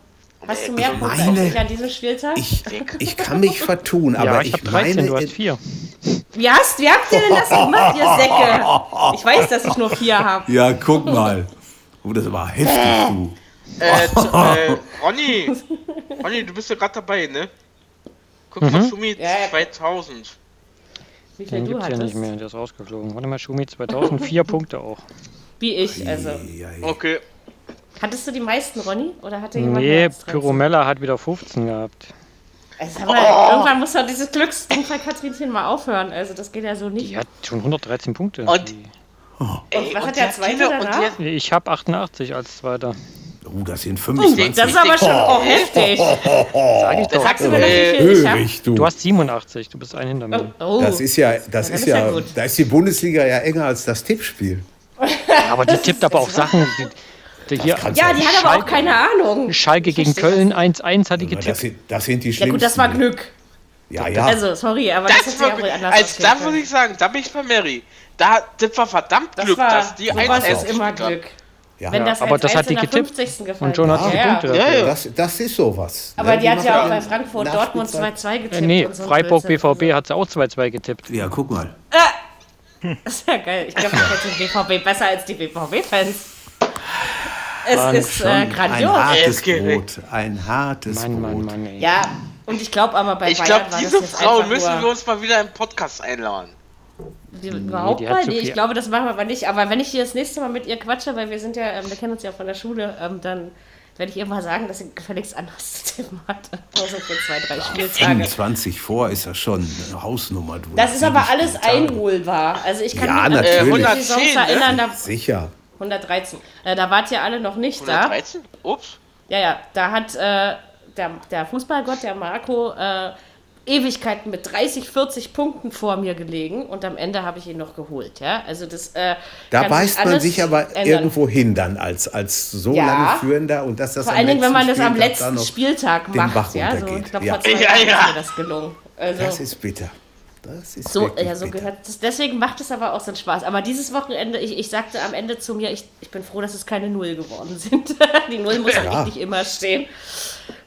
hast du mehr Punkte als
meine-
ich an diesem Spieltag?
Ich, ich kann mich vertun, aber
Ja, ich
ich,
habe 13,
meine, äh,
du hast 4.
Wie, hast, wie habt ihr denn das gemacht, ihr Säcke? Ich weiß, dass ich nur vier habe.
Ja, guck mal. Oh, das war heftig, du.
äh, t- äh, Ronny, Ronny, du bist ja gerade dabei, ne? Guck mal, Schumi
Ja, ja.
2000.
Wie viel
Den
du
gibt's ja
hattest?
nicht mehr, der ist rausgeflogen. Warte mal, Schumi 2000, 4 Punkte auch.
Wie ich, also.
Okay,
Hattest du die meisten, Ronny? Oder hatte jemand mehr
Nee,
als 13?
Pyromella hat wieder 15 gehabt.
Also, sag mal,
Oh.
Irgendwann muss doch dieses Glücksding bei Katrinchen mal aufhören. Also das geht ja so nicht.
Die hat schon 113 Punkte.
Und-
Die-
Ey,
was
und
hat der
die
Zweite
Kinder und
danach?
die-
Ich habe 88 als Zweiter.
Oh, das sind
Das
25.
ist aber schon
Oh.
auch heftig.
Sag ich doch.
Sagst du mir doch, wie
Äh,
viel ich habe?
Hörig, du.
Du hast 87, du bist ein hinter mir.
Oh,
Das ist ja, das
das
ist
ist ja
ja,
gut.
da ist die Bundesliga ja enger als das Tippspiel.
Ja, aber die tippt aber auch Sachen. Die, die hier,
ja, die hat aber auch
Schalke-
keine Ahnung.
Schalke
Ich
gegen
verstehe
Köln 1-1 hat die
Aber Das
getippt.
sind, das sind die
Ja
schlimmsten.
gut, das war Glück.
Ja, ja.
Also, sorry, aber das,
Das
hätte ja
war,
wohl anders
als
ausgehen
da würde
können.
ich sagen, da bin ich bei Mary. Da, das war verdammt
das
Glück,
war,
dass die
sowas
1-1
ist immer
gespielt hat.
Glück.
ja.
Wenn das
aber das
1-1
hat die
in der
getippt.
50. gefallen
Und schon hat
wäre.
die
ja,
Punkte. Äh,
Ja, ja.
das, das ist sowas.
Aber
ne?
die hat
machen
ja auch
dann
bei Frankfurt, Dortmund
Nachspielzeit.
2-2 getippt.
Äh, nee,
und so ein
Freiburg
Blödsinn.
BVB hat sie auch 2-2 getippt.
Ja, guck mal.
Das ist ja geil. Ich glaube, ich kenne den BVB besser als die BVB-Fans. Es ist äh,
Ein
grandios.
hartes
Gerät.
Brot. Ein hartes
Mann, Mann,
Brot.
Mann, ey.
Ja, und ich glaube aber bei
Ich
Bayern
glaube,
war
diese
das jetzt
Frau
einfach
müssen wir
nur,
uns mal wieder im Podcast einladen.
die, überhaupt
die hat
mal.
zu
Nee, ich
viel-
glaube, das machen wir aber nicht. Aber wenn ich hier das nächste Mal mit ihr quatsche, weil wir sind ja, ähm, wir kennen uns ja von der Schule, ähm, dann werde ich ihr mal sagen, dass sie gefälligst anders zu tippen hat. Also für zwei, drei Spieltage.
25 vor ist ja schon eine Hausnummer. Du.
Das ist aber alles einholbar. Also ich kann
Ja,
mich an
natürlich.
die
Äh,
Saisons
110, ne?
erinnern, da,
Sicher.
113. Äh, da wart ihr alle noch nicht da.
113? Ups.
Ja, ja, da hat äh, der, der Fußballgott, der Marco, äh, Ewigkeiten mit 30, 40 Punkten vor mir gelegen und am Ende habe ich ihn noch geholt. Ja? Also das, äh,
Da
kann
beißt man
alles
sich aber
ändern.
irgendwo hin dann als, als so
Ja.
lange führender und dass das
Vor
am
allen Dingen, wenn man das
letzten
am letzten
Spieltag dann noch-
Spieltag
den Bach
macht. Ja? So, ich
runtergeht.
glaube,
Ja.
vor zwei
Ja,
Jahren
ja.
ist mir das gelungen. Also,
Das ist bitter. Das ist
So,
wirklich
ja, so
bitter.
gehört das. Deswegen macht es aber auch so einen Spaß. Aber dieses Wochenende, ich, ich sagte am Ende zu mir, ich, ich bin froh, dass es keine Null geworden sind. Die Null muss
Ja.
ja. nicht immer stehen.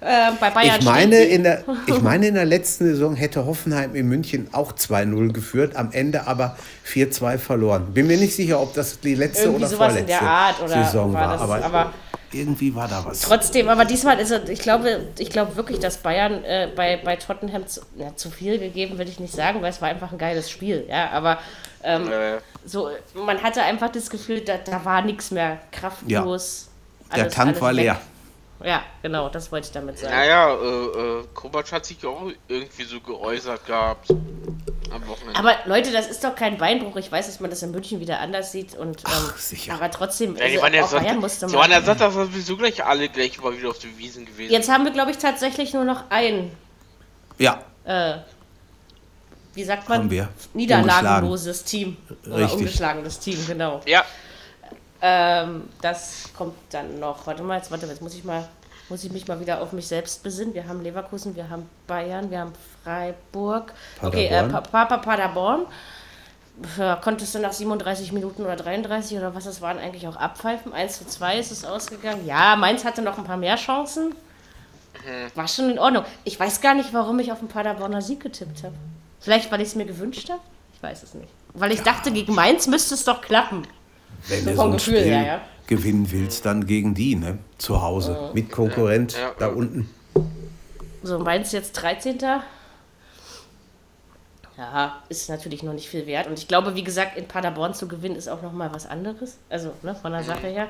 Ähm, bei Bayern
Ich meine,
steht sie.
in der, ich meine, in der letzten Saison hätte Hoffenheim in München auch 2-0 geführt, am Ende aber 4-2 verloren. Bin mir nicht sicher, ob das die letzte
Irgendwie
oder
sowas in
vorletzte
der Art oder
Saison
war
war.
das-
aber,
aber-
irgendwie war da was.
Trotzdem, aber diesmal ist er, ich glaube, ich glaube wirklich, dass Bayern äh, bei, bei Tottenham zu, ja, zu viel gegeben, will ich nicht sagen, weil es war einfach ein geiles Spiel. Ja, aber ähm,
Äh,
so, man hatte einfach das Gefühl, da, da war nichts mehr kraftlos.
Der
Alles-
Tank
alles
war
weg.
leer.
Ja, genau, das wollte ich damit sagen.
naja, äh, äh, Kovac hat sich ja auch irgendwie so geäußert gehabt. Am Wochenende.
Aber Leute, das ist doch kein Beinbruch. Ich weiß, dass man das in München wieder anders sieht. Und, ähm,
sicher.
Aber trotzdem,
ja, die
also
waren ja
auch Bayern
Sonntag,
musste
die waren ja
man.
Sonntag sowieso gleich alle gleich mal wieder auf den Wiesen gewesen.
Jetzt haben wir, glaube ich, tatsächlich nur noch ein,
Ja,
wie sagt man,
Haben wir.
niederlagenloses Team. Oder
Richtig.
ungeschlagenes Team, genau.
Ja,
Ähm, das kommt dann noch. Warte mal, jetzt, warte, mal, jetzt muss ich mal, muss ich mich mal wieder auf mich selbst besinnen. Wir haben Leverkusen, wir haben Bayern, wir haben Freiburg. Okay, äh,
Paderborn.
Pa- Papa Paderborn. Ja, Konntest du nach 37 Minuten oder 33 oder was das waren eigentlich auch abpfeifen? 1 zu 2 ist es ausgegangen. Ja, Mainz hatte noch ein paar mehr Chancen. War schon in Ordnung. Ich weiß gar nicht, warum ich auf den Paderborner Sieg getippt habe. Vielleicht, weil ich es mir gewünscht habe? Ich weiß es nicht. Weil ich dachte, gegen Mainz müsste es doch klappen.
wenn
So
du so
vom
ein
Gefühl
Spiel
her, ja.
gewinnen willst, dann gegen die, ne? Zu Hause.
Mit Konkurrent
Ja, ja.
da unten.
So, Mainz jetzt 13. Ja, ist natürlich noch nicht viel wert. Und ich glaube, wie gesagt, in Paderborn zu gewinnen ist auch nochmal was anderes. Also, ne, von der Sache her.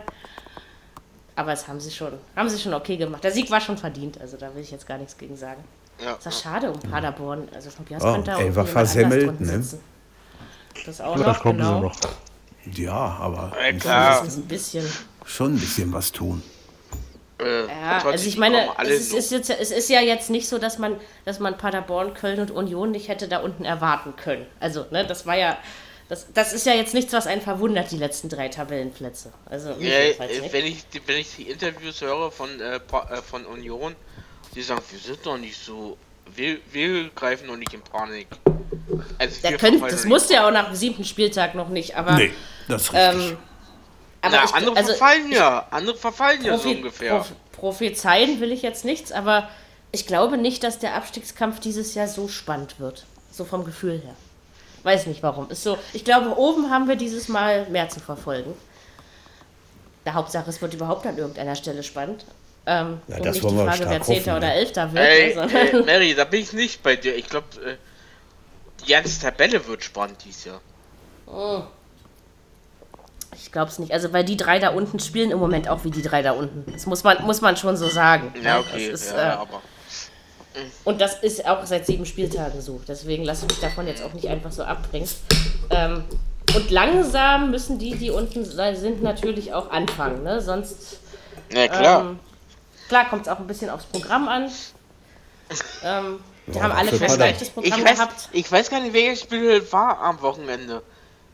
Aber das haben sie schon, haben sie schon okay gemacht. Der Sieg war schon verdient, also da will ich jetzt gar nichts gegen sagen.
ja.
Ist das schade um Paderborn. Also von mir aus
Oh,
könnte da
ey,
auch
war
jemand
versemmelt,
anders drunten
ne?
sitzen. Das auch
Das
noch,
kommt
genau.
so noch.
Ja, aber
Äh, klar.
Das ist ein bisschen.
schon ein bisschen was tun.
Äh,
Ja,
trotzdem
also ich meine,
kommen alle
es ist,
so.
ist jetzt, es ist ja jetzt nicht so, dass man, dass man Paderborn, Köln und Union nicht hätte da unten erwarten können. Also, ne, das war ja, das, das ist ja jetzt nichts, was einen verwundert, die letzten drei Tabellenplätze. Also, mich
Äh,
jedenfalls
äh,
nicht.
wenn, ich, die- wenn ich die Interviews höre von, äh, Pa- äh, von Union, die sagen, wir sind noch nicht so. Wir, wir greifen noch nicht in Panik. Also
Der
wir
könnte,
verfallen
das
noch
musste ja auch nach dem siebten Spieltag noch nicht, aber,
Nee, das ist richtig.
ähm,
nicht.
aber
Na,
ich,
andere
also,
verfallen ja. Andere verfallen ja so
Profi-
ungefähr.
Prof- prophezeien will ich jetzt nichts, aber ich glaube nicht, dass der Abstiegskampf dieses Jahr so spannend wird. So vom Gefühl her. Weiß nicht warum. Ist so, ich glaube, oben haben wir dieses Mal mehr zu verfolgen. Der Hauptsache, es wird überhaupt an irgendeiner Stelle spannend. Ähm,
Ja,
und
das
nicht
wollen
die
wir
Frage,
stark
wer Zehnter
hoffen,
oder
ne?
Elfter wird,
Ey,
sondern
äh, Mary, da bin ich nicht bei dir. Ich glaube, äh, die ganze Tabelle wird spannend dieses Jahr.
ich glaube es nicht. Also weil die drei da unten spielen im Moment auch wie die drei da unten. Das muss man, muss man schon so sagen.
Ja, okay.
Das ist,
ja,
äh,
aber.
Und das ist auch seit sieben Spieltagen so. Deswegen lasse ich mich davon jetzt auch nicht einfach so abbringen. Ähm, und langsam müssen die, die unten se- sind, natürlich auch anfangen. Ne? Sonst,
Na klar.
ähm, klar, kommt es auch ein bisschen aufs Programm an. Ähm, die haben alle
für
kein
Pader.
schlechtes Programm
ich, weiß,
gehabt.
ich weiß gar nicht, welches Spiel war am Wochenende.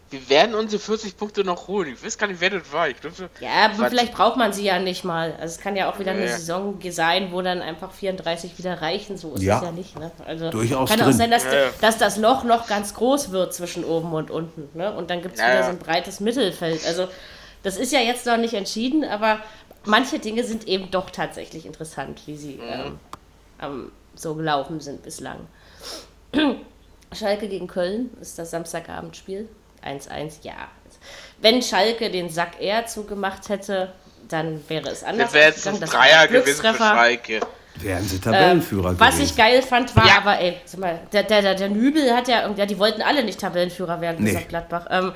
Wir werden unsere 40 Punkte noch holen. Ich weiß gar nicht, wer das war. Ich glaube,
Ja, aber
was-
vielleicht braucht man sie ja nicht mal. Also es kann ja auch wieder eine
Ja.
Saison ge- sein, wo dann einfach 34 wieder reichen. So ist
Ja.
es ja nicht. Ne? Also
Durchaus
kann auch
drin.
sein, dass,
Ja, ja.
dass das Loch noch ganz groß wird zwischen oben und unten. Ne? Und dann gibt es
Ja,
wieder
ja.
so ein breites Mittelfeld. Also das ist ja jetzt noch nicht entschieden, aber manche Dinge sind eben doch tatsächlich interessant, wie
Mhm.
sie ähm, ähm, so gelaufen sind bislang. Schalke gegen Köln ist das Samstagabendspiel. 1-1, ja. Wenn Schalke den Sack eher zugemacht hätte, dann wäre es anders.
das wäre jetzt ein
ausgegangen. Das
Dreier
war
gewesen für
Glückstreffer.
Schalke.
Wären sie
Ähm,
Tabellenführer
was
gewesen.
ich geil fand, war
Ja.
aber, ey, sag mal, der, der, der, der Nübel hat ja, irgendwie- ja, die wollten alle nicht Tabellenführer werden, bis
Nee.
auf Gladbach. Ähm,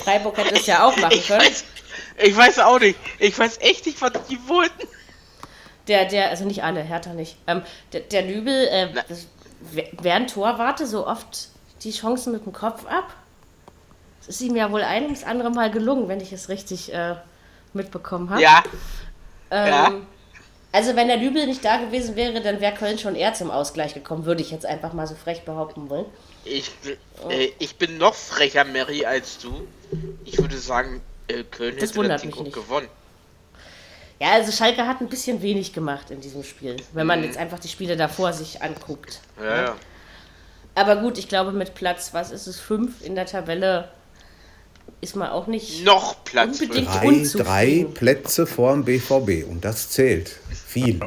Freiburg hätte es ja auch machen
Ich
können.
weiß, ich weiß auch nicht. Ich weiß echt nicht, was die wollten.
Der, der, also nicht alle, Hertha nicht. Ähm, der, der Nübel, äh,
Na.
das- wer- wehren Torwarte so oft die Chancen mit dem Kopf ab? Das ist ihm ja wohl ein ums andere Mal gelungen, wenn ich es richtig äh, mitbekommen habe.
Ja,
ähm,
ja.
Also wenn der Lübel nicht da gewesen wäre, dann wäre Köln schon eher zum Ausgleich gekommen, würde ich jetzt einfach mal so frech behaupten wollen.
Ich,
Oh.
äh, ich bin noch frecher, Mary, als du. Ich würde sagen, äh, Köln
Das
hätte das
wundert
Ding
mich
auch
nicht.
gewonnen.
Ja, also Schalke hat ein bisschen wenig gemacht in diesem Spiel, wenn
Mhm.
man jetzt einfach die Spiele davor sich anguckt.
Ja, ja.
Aber gut, ich glaube mit Platz, was ist es, fünf in der Tabelle, ist man auch nicht...
Noch Platz
Unbedingt.
fünf.
Drei,
Unzufrieden.
drei Plätze vor dem BVB und das zählt. Viel.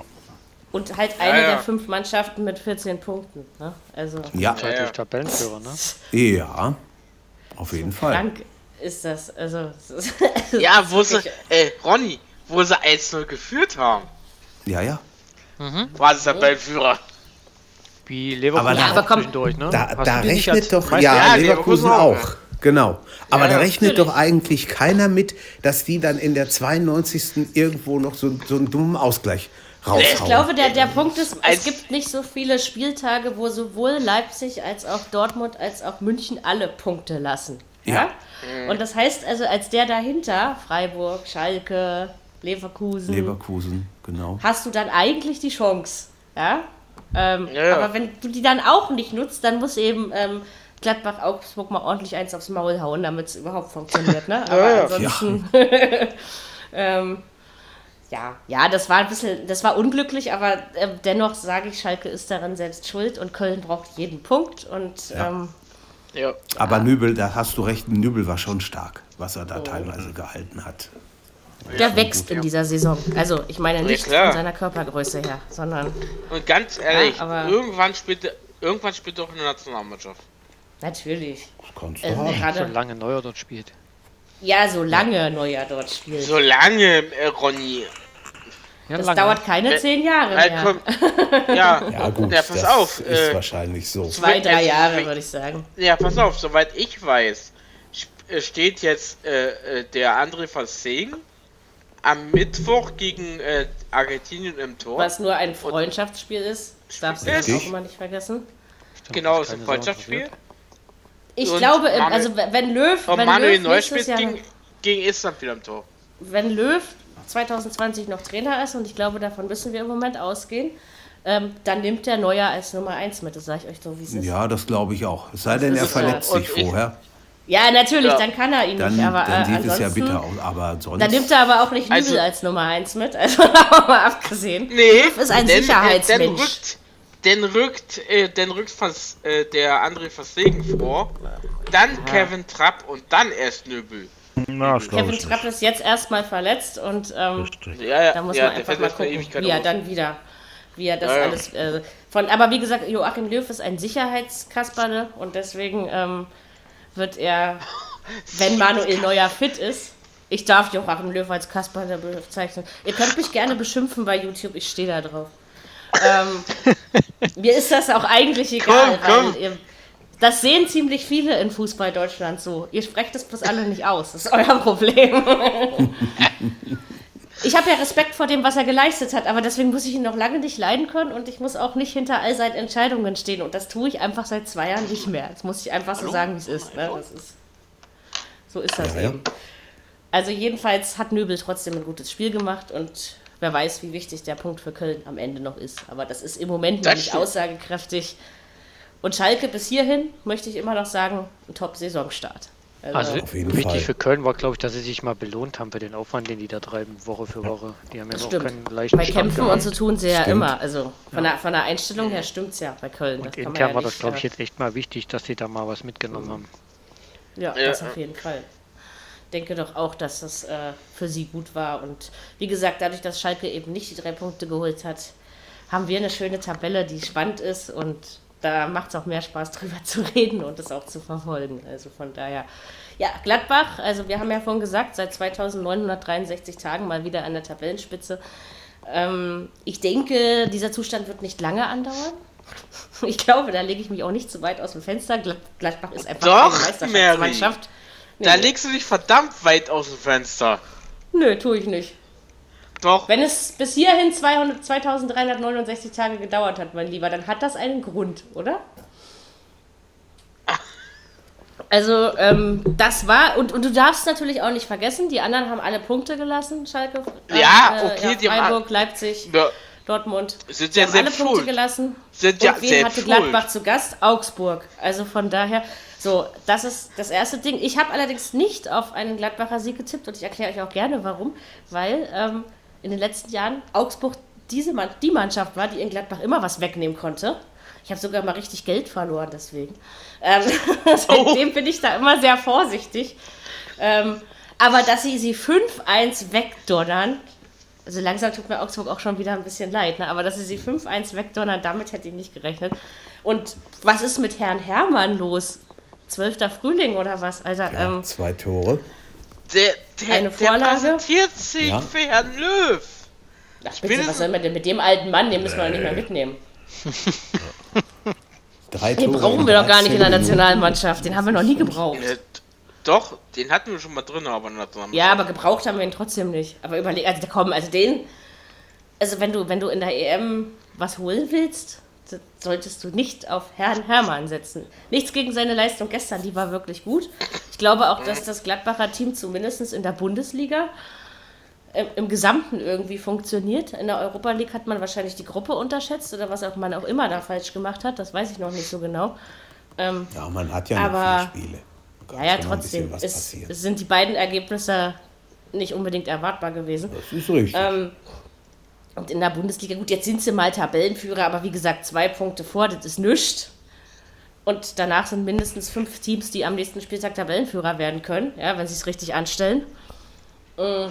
Und halt eine
ja.
der fünf Mannschaften mit 14 Punkten. Ne? Also
Ja,
Ja,
Zeitlich
ja.
Tabellenführer, ne?
ja, auf jeden Fall.
krank ist das. Also es ist-
Ja, wo sie, äh, Ronny, wo sie 1-0 geführt haben,
Ja, ja.
war
Oh.
sie Tabellenführer.
Wie Leverkusen
Aber da-
auch
aber komm,
zwischendurch, ne?
Da,
Hast
da
du die nicht als
rechnet doch, ja,
Meister-
Ja,
Leverkusen
Leverkusen auch,
auch. Genau. Aber da
ja,
rechnet doch eigentlich keiner mit, dass die dann in der 92. irgendwo noch so, so einen dummen Ausgleich raushauen.
Ich glaube, der, der Punkt ist, es
Als-
gibt nicht so viele Spieltage, wo sowohl Leipzig als auch Dortmund als auch München alle Punkte lassen. Ja. Und das heißt also, als der dahinter, Freiburg, Schalke, Leverkusen,
Leverkusen, genau.
hast du dann eigentlich die Chance. Ja? Ähm,
Ja, ja.
Aber wenn du die dann auch nicht nutzt, dann muss eben ähm, Gladbach Augsburg mal ordentlich eins aufs Maul hauen, damit es überhaupt funktioniert. Ne? Aber ansonsten. Ja. ähm, ja, ja, das war ein bisschen, das war unglücklich, aber äh, dennoch sage ich, Schalke ist daran selbst schuld und Köln braucht jeden Punkt und ähm,
Ja.
Aber Nübel, da hast du recht, Nübel war schon stark, was er da
Oh.
teilweise gehalten hat.
der wächst in dieser Saison. Also ich meine nicht
klar.
von seiner Körpergröße her, sondern
Und ganz ehrlich,
Ja, aber-
irgendwann spielt irgendwann spielt doch eine Nationalmannschaft.
natürlich.
Das kannst
Äh,
du haben.
gerade-
Solange Neuer dort spielt.
ja, solange Neuer dort spielt.
Solange, äh, Ronny.
Ja,
Das
lange. ne?
dauert keine
Äh,
zehn Jahre
Halt,
mehr.
komm. Ja,
ja, gut,
ja, pass
das
auf.
ist
Äh,
wahrscheinlich so.
Zwei,
Also,
drei Jahre,
ich-
würde ich sagen.
ja, pass auf, soweit ich weiß, sp- äh, steht jetzt äh, äh, der André Fassing am Mittwoch gegen äh, Argentinien im Tor.
Was nur ein Freundschaftsspiel ist, darfst du das
Oh. Richtig.
auch immer nicht vergessen.
Stimmt,
Genau,
das
ist ein
keine
Freundschaftsspiel.
Sorge,
Ich
Und
glaube, im-
Manuel-
also wenn Löw,
Und
wenn
Oh, Manuel
Löw nächstes
Neuspiel
Jahr,
gegen, gegen Estland wieder im Tor.
wenn Löw 2020 noch Trainer ist und ich glaube, davon müssen wir im Moment ausgehen, ähm, dann nimmt der Neuer als Nummer eins mit. Das sage ich euch so, wie es ist. Ja,
Ja, das glaube ich auch. Es sei denn, er
ist so.
verletzt
Und
sich
ich-
vorher.
natürlich,
Ja.
dann kann er ihn
Dann,
nicht, aber
dann
äh,
sieht es
ansonsten,
ja bitter aus. Aber sonst.
dann nimmt er aber auch nicht Nübel
Also-
als Nummer eins mit. Also mal abgesehen.
Nee,
ist ein
denn, äh, Denn
Sicherheitsmensch.
rückt, denn rückt, äh, denn rückt fast, äh, der André Fassegen vor, dann Kevin Trapp und dann erst Nöbel.
Ne? Na, das glaube
Kevin
ich
Trapp
nicht.
ist jetzt erstmal verletzt und ähm,
Richtig.
Ja, ja,
Da muss
ja,
man einfach
fällt
mal
erst eine
gucken,
Ewigkeit
wie er
aus.
dann wieder, wie er das
Ja, ja.
alles äh, von. Aber wie gesagt, Joachim Löw ist ein Sicherheitskasperle und deswegen ähm, wird er, wenn Manuel Neuer fit ist, ich darf Joachim Löw als Kasperle bezeichnen. Ihr könnt mich gerne beschimpfen bei YouTube, ich stehe da drauf. Ähm, mir ist das auch eigentlich egal,
Komm, komm.
weil ihr, das sehen ziemlich viele in Fußball Deutschland so. Ihr sprecht es bloß alle nicht aus. Das ist euer Problem. Ich habe ja Respekt vor dem, was er geleistet hat, aber deswegen muss ich ihn noch lange nicht leiden können und ich muss auch nicht hinter all seinen Entscheidungen stehen. Und das tue ich einfach seit zwei Jahren nicht mehr. Das muss ich einfach so sagen, wie es ist, ne? das ist. So ist das
Ja, ja.
eben. Also jedenfalls hat Nöbel trotzdem ein gutes Spiel gemacht und wer weiß, wie wichtig der Punkt für Köln am Ende noch ist. Aber das ist im Moment noch
Das
nicht
stimmt.
aussagekräftig. Und Schalke bis hierhin, möchte ich immer noch sagen, ein Top-Saisonstart.
Also
Auf jeden
wichtig
Fall.
für Köln war, glaube ich, dass sie sich mal belohnt haben für den Aufwand, den die da treiben, Woche für Woche. Die haben ja
Das
auch
stimmt.
keinen leichten
Bei
Stand
Kämpfen
gehabt.
und so tun sie ja
Stimmt.
immer. Also von, Der, von der Einstellung her stimmt's ja bei Köln.
Und
kann man
intern
ja
war das,
nicht,
glaube ich,
äh,
jetzt echt mal wichtig, dass sie da mal was mitgenommen haben.
Ja,
Ja.
das auf jeden Fall. Denke doch auch, dass das äh, für sie gut war. Und wie gesagt, dadurch, dass Schalke eben nicht die drei Punkte geholt hat, haben wir eine schöne Tabelle, die spannend ist und da macht es auch mehr Spaß, drüber zu reden und es auch zu verfolgen. Also von daher. Ja, Gladbach, also wir haben ja vorhin gesagt, seit 2963 Tagen mal wieder an der Tabellenspitze. Ähm, ich denke, dieser Zustand wird nicht lange andauern. Ich glaube, da lege ich mich auch nicht zu weit aus dem Fenster. Glad- Gladbach ist einfach
Doch,
keine Meisterschaftsmannschaft. Nee,
Da
nee.
legst du dich verdammt weit aus dem Fenster.
Nö, tue ich nicht.
Doch,
Wenn es bis hierhin 200, 2369 Tage gedauert hat, mein Lieber, dann hat das einen Grund, oder? Also, ähm, das war, und, und du darfst natürlich auch nicht vergessen, die anderen haben alle Punkte gelassen, Schalke.
Ja,
äh,
okay, die haben-
Freiburg, Leipzig,
Ja,
Dortmund.
Sind
Die
ja
haben alle
selbst
Punkte
schuld.
gelassen.
Sind ja
und wen
selbst
hatte
schuld.
Gladbach zu Gast? Augsburg. Also von daher, so, das ist das erste Ding. Ich habe allerdings nicht auf einen Gladbacher Sieg getippt und ich erkläre euch auch gerne warum, weil ähm, in den letzten Jahren Augsburg diese Mann die Mannschaft war, die in Gladbach immer was wegnehmen konnte. Ich habe sogar mal richtig Geld verloren deswegen. Ähm,
Oh.
seitdem bin ich da immer sehr vorsichtig. Ähm, aber dass sie sie 5-1 wegdonnern, also langsam tut mir Augsburg auch schon wieder ein bisschen leid, ne? aber dass sie sie 5-1 wegdonnern, damit hätte ich nicht gerechnet. Und was ist mit Herrn Hermann los? 12. Frühling oder was, Alter? Ähm,
Zwei Tore.
der, der,
Eine
der
Vorlage?
präsentiert sich
Ja.
für Herrn Löw.
ach, bitte, was soll man denn mit dem alten Mann? Den müssen wir doch nicht mehr mitnehmen.
Drei
Den
Tore
brauchen
in
wir doch gar nicht in der
13 Minuten.
Nationalmannschaft. Den haben wir noch nie gebraucht.
Äh, Doch, den hatten wir schon mal drin, aber nicht zusammen.
Ja, aber gebraucht haben wir ihn trotzdem nicht. Aber überleg, also komm, also den, also wenn du, wenn du in der EM was holen willst, so- solltest du nicht auf Herrn Hermann setzen. Nichts gegen seine Leistung gestern, die war wirklich gut. Ich glaube auch, dass das Gladbacher Team zumindest in der Bundesliga im, im Gesamten irgendwie funktioniert. In der Europa League hat man wahrscheinlich die Gruppe unterschätzt oder was auch man auch immer da falsch gemacht hat, das weiß ich noch nicht so genau. Ähm,
Ja, man hat ja
Aber-
noch viele Spiele. Da
ja, ja,
kann noch ein bisschen
trotzdem.
Was
Es,
passieren.
es sind die beiden Ergebnisse nicht unbedingt erwartbar gewesen.
das ist richtig.
Ähm, und in der Bundesliga, gut, jetzt sind sie mal Tabellenführer, aber wie gesagt, zwei Punkte vor, das ist nichts. Und danach sind mindestens fünf Teams, die am nächsten Spieltag Tabellenführer werden können, ja, wenn sie es richtig anstellen. Äh,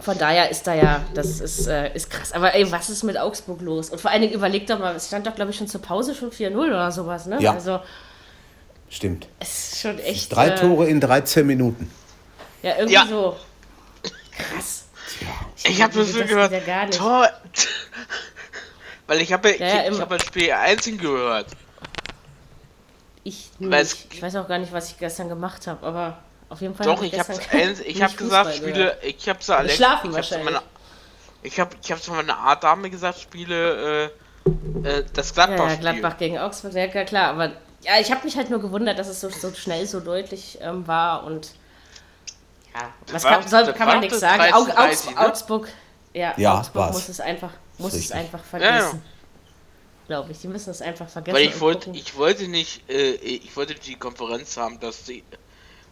Von daher ist da ja, das ist, äh, ist krass. Aber ey, was ist mit Augsburg los? Und vor allen Dingen überlegt doch mal, es stand doch, glaube ich, schon zur Pause schon 4-0 oder sowas, ne?
Ja.
Also,
Stimmt.
es ist schon echt.
Drei
äh,
Tore in 13 Minuten.
Ja, irgendwie
Ja.
so. Krass.
Ich habe das so gehört.
Ja gar nicht.
Toll. Weil ich habe ja,
Ja, ja,
ich, ich
immer.
habe das Spiel einzeln gehört.
Ich,
Weil es-
nicht. ich weiß auch gar nicht, was ich gestern gemacht habe, aber auf jeden Fall.
Doch,
hab
ich habe
gestern
ich
nicht
habe gesagt,
Fußball
Spiele,
gehört.
ich habe zu Alex,
Schlafen
ich habe zu
wahrscheinlich.
meiner ich habe ich habe zu meiner Art Dame gesagt, Spiele äh, äh, das Gladbach.
Ja, ja, Gladbach gegen Augsburg, ja ja, klar, aber ja, ich habe mich halt nur gewundert, dass es so, so schnell, so deutlich ähm, war und ja, was
war-
kann, soll,
das
kann
war
man nichts
das
sagen. Au-
13:30,
Augs-
ne?
Augsburg, ja,
Ja,
Augsburg
war's.
muss es einfach, muss es
Richtig.
einfach vergessen.
Ja, ja.
Glaube ich, die müssen es einfach vergessen.
Weil ich
und
wollte
gucken.
ich wollte nicht äh, ich wollte die Konferenz haben, dass die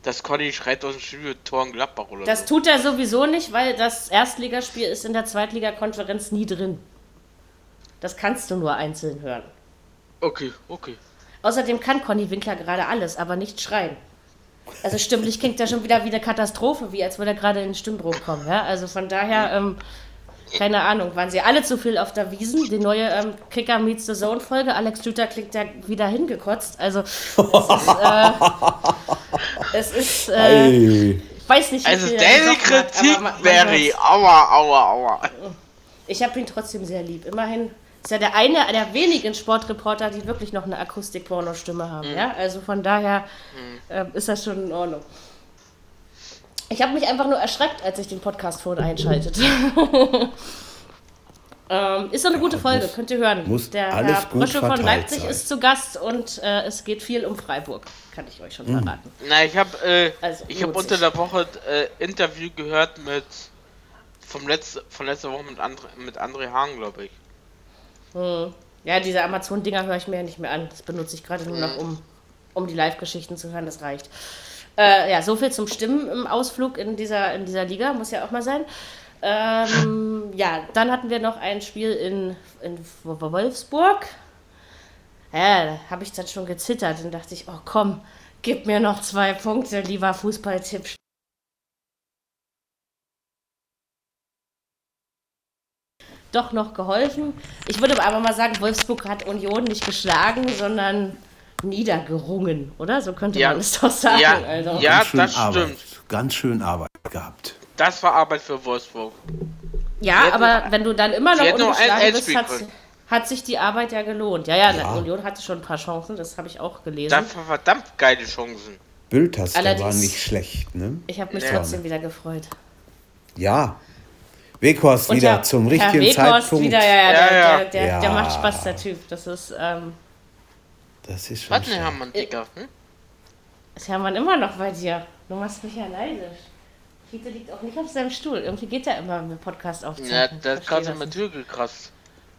dass Conny schreit aus dem Studio Tor in Gladbach oder
Das
so.
tut er sowieso nicht, weil das Erstligaspiel ist in der Zweitligakonferenz nie drin. Das kannst du nur einzeln hören.
Okay, okay.
Außerdem kann Conny Winkler gerade alles, aber nicht schreien. Also stimmlich klingt er schon wieder wie eine Katastrophe, wie als würde er gerade in den Stimmbruch kommen. Ja? Also von daher, ähm, keine Ahnung, waren sie alle zu viel auf der Wiesen. Die neue ähm, Kicker Meets the Zone Folge, Alex Düter klingt ja wieder hingekotzt. Also äh, es ist, äh, es ist äh,
Ey,
ich weiß nicht, wie
Also
viel er
deine
gesoffen hat, aber
Kritik,
ma- manchmal
Barry. Aua, aua, aua.
Ich habe ihn trotzdem sehr lieb. Immerhin ist er der eine der wenigen Sportreporter, die wirklich noch eine Akustik-Porno-Stimme haben. Ja? Also von daher ähm, ist das schon in Ordnung. Ich habe mich einfach nur erschreckt, als ich den Podcast-Phone einschaltete. ähm, ist so eine gute Folge, könnt ihr hören.
Äh, muss
der
alles
Herr
gut
Brüsche von
verteilt
Leipzig
sein.
ist zu Gast und äh, es geht viel um Freiburg. Kann ich euch
Mhm.
schon verraten.
Na, ich habe äh,
Also,
ich habe
lohnt
unter
sich.
der Woche äh, Interview gehört mit vom letzten von letzter Woche mit André, mit André Hahn, glaube ich.
Ja, diese Amazon-Dinger höre ich mir ja nicht mehr an. Das benutze ich gerade nur noch, um, um die Live-Geschichten zu hören. Das reicht. Äh, ja, so viel zum Stimmen im Ausflug in dieser, in dieser Liga. Muss ja auch mal sein. Ähm, ja, dann hatten wir noch ein Spiel in, in W- W- Wolfsburg. Ja, da habe ich dann schon gezittert und dachte ich, oh komm, gib mir noch zwei Punkte, lieber Fußballtipp. Doch noch geholfen. Ich würde aber mal sagen, Wolfsburg hat Union nicht geschlagen, sondern niedergerungen, oder? So könnte
Ja.
man es doch sagen.
Ja,
also.
ja
Ganz schön
das
Arbeit.
stimmt.
Ganz schön Arbeit gehabt.
Das war Arbeit für Wolfsburg.
Ja,
hätten
aber wenn du dann immer noch
sie hätten noch ein
ungeschlagen bist,
Endspiel
hat,
können.
hat sich die Arbeit ja gelohnt. Ja, ja, na, Union hatte schon ein paar Chancen, das habe ich auch gelesen.
Das war verdammt geile Chancen.
Bültas, der war
Allerdings-
nicht schlecht, ne?
ich habe mich
Ja.
trotzdem wieder gefreut.
Ja. Weghorst wieder
ja,
zum
Herr
richtigen
Weghorst
Zeitpunkt.
Wieder, ja, ja,
Ja,
der,
ja.
Der, der, der
Ja.
macht Spaß, der Typ. Das ist, ähm,
Das ist schon.
Warte, Hermann, Dicker. Hm?
Ist Hermann immer noch bei dir. Du machst mich ja neidisch. Fiete liegt auch nicht auf seinem Stuhl. Irgendwie geht er immer, wenn wir Podcast aufzeichnen.
Ja, das
Verstehe
hat gerade mit
nicht.
Tür gekratzt.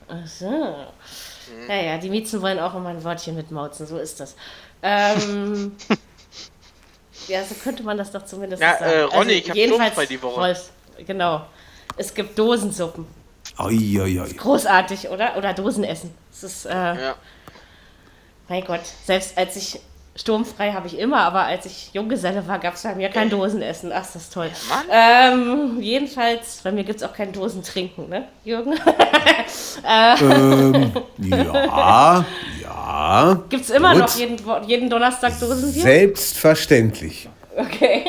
Ach so.
Mhm.
Naja, die Miezen wollen auch immer ein Wörtchen mitmauzen, so ist das. Ähm, ja, so könnte man das doch zumindest
Ja,
sagen. Also
äh, Ronny, ich hab
jedenfalls,
Durchfall die Woche.
Rolf, genau. Es gibt Dosensuppen.
Uiuiui.
Großartig, oder? Oder Dosenessen. Es ist, äh,
Ja.
mein Gott, selbst als ich sturmfrei habe ich immer, aber als ich Junggeselle war, gab es bei mir kein Dosenessen. Ach, ist das toll.
Mann.
Ähm, jedenfalls, bei mir gibt es auch kein Dosentrinken, ne, Jürgen?
Ja, ja.
Gibt es immer
Gut.
noch jeden, Wo- jeden Donnerstag Dosenbier?
Selbstverständlich.
Okay.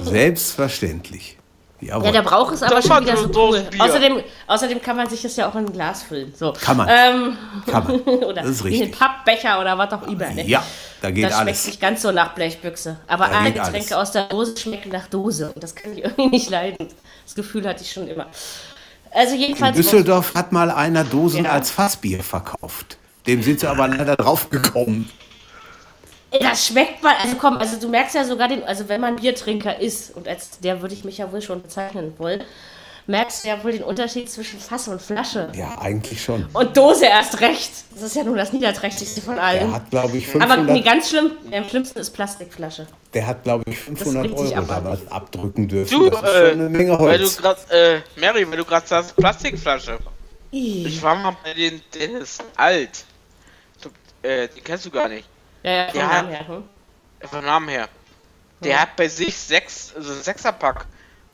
Selbstverständlich.
Ja,
Jawohl.
der Brauch ist aber
Das
schon
war
wieder
so
so
ein
cool.
Dosenbier.
Außerdem, außerdem kann man sich das ja auch in ein Glas füllen. So.
Kann man.
Ähm,
Kann man.
oder
Das ist
in den
richtig.
Pappbecher oder was auch immer. Ne?
Ja, da geht
das schmeckt
alles.
nicht ganz so nach Blechbüchse. Aber
Da
alle
geht
Getränke
alles.
aus der Dose schmecken nach Dose. Und das kann ich irgendwie nicht leiden. Das Gefühl hatte ich schon immer. Also
In
jedenfalls.
Düsseldorf hat mal einer Dosen
Ja.
als Fassbier verkauft. Dem sind sie aber leider draufgekommen.
Ey, Das schmeckt mal. Also komm, also du merkst ja sogar den, also wenn man Biertrinker ist, und als der würde ich mich ja wohl schon bezeichnen wollen, merkst du ja wohl den Unterschied zwischen Fass und Flasche.
Ja, eigentlich schon.
Und Dose erst recht. Das ist ja nun das Niederträchtigste von
Der
allen.
hat, glaube ich,
Aber
500,
nee, ganz schlimm, am schlimmsten ist Plastikflasche.
der hat, glaube ich,
Das
500
ist richtig
Euro
abartig.
damals abdrücken dürfen.
Du,
das ist schon
äh,
eine Menge
Weil du
Holz.
grad, äh, Mary, weil du gerade sagst, Plastikflasche. Ich war mal bei den Dennis Alt. Du, äh, den kennst du gar nicht.
Ja, ja, vom
Ja.
Namen her. Hm?
Äh, Vom Namen her. Der hat bei sich sechs, also ein Sechserpack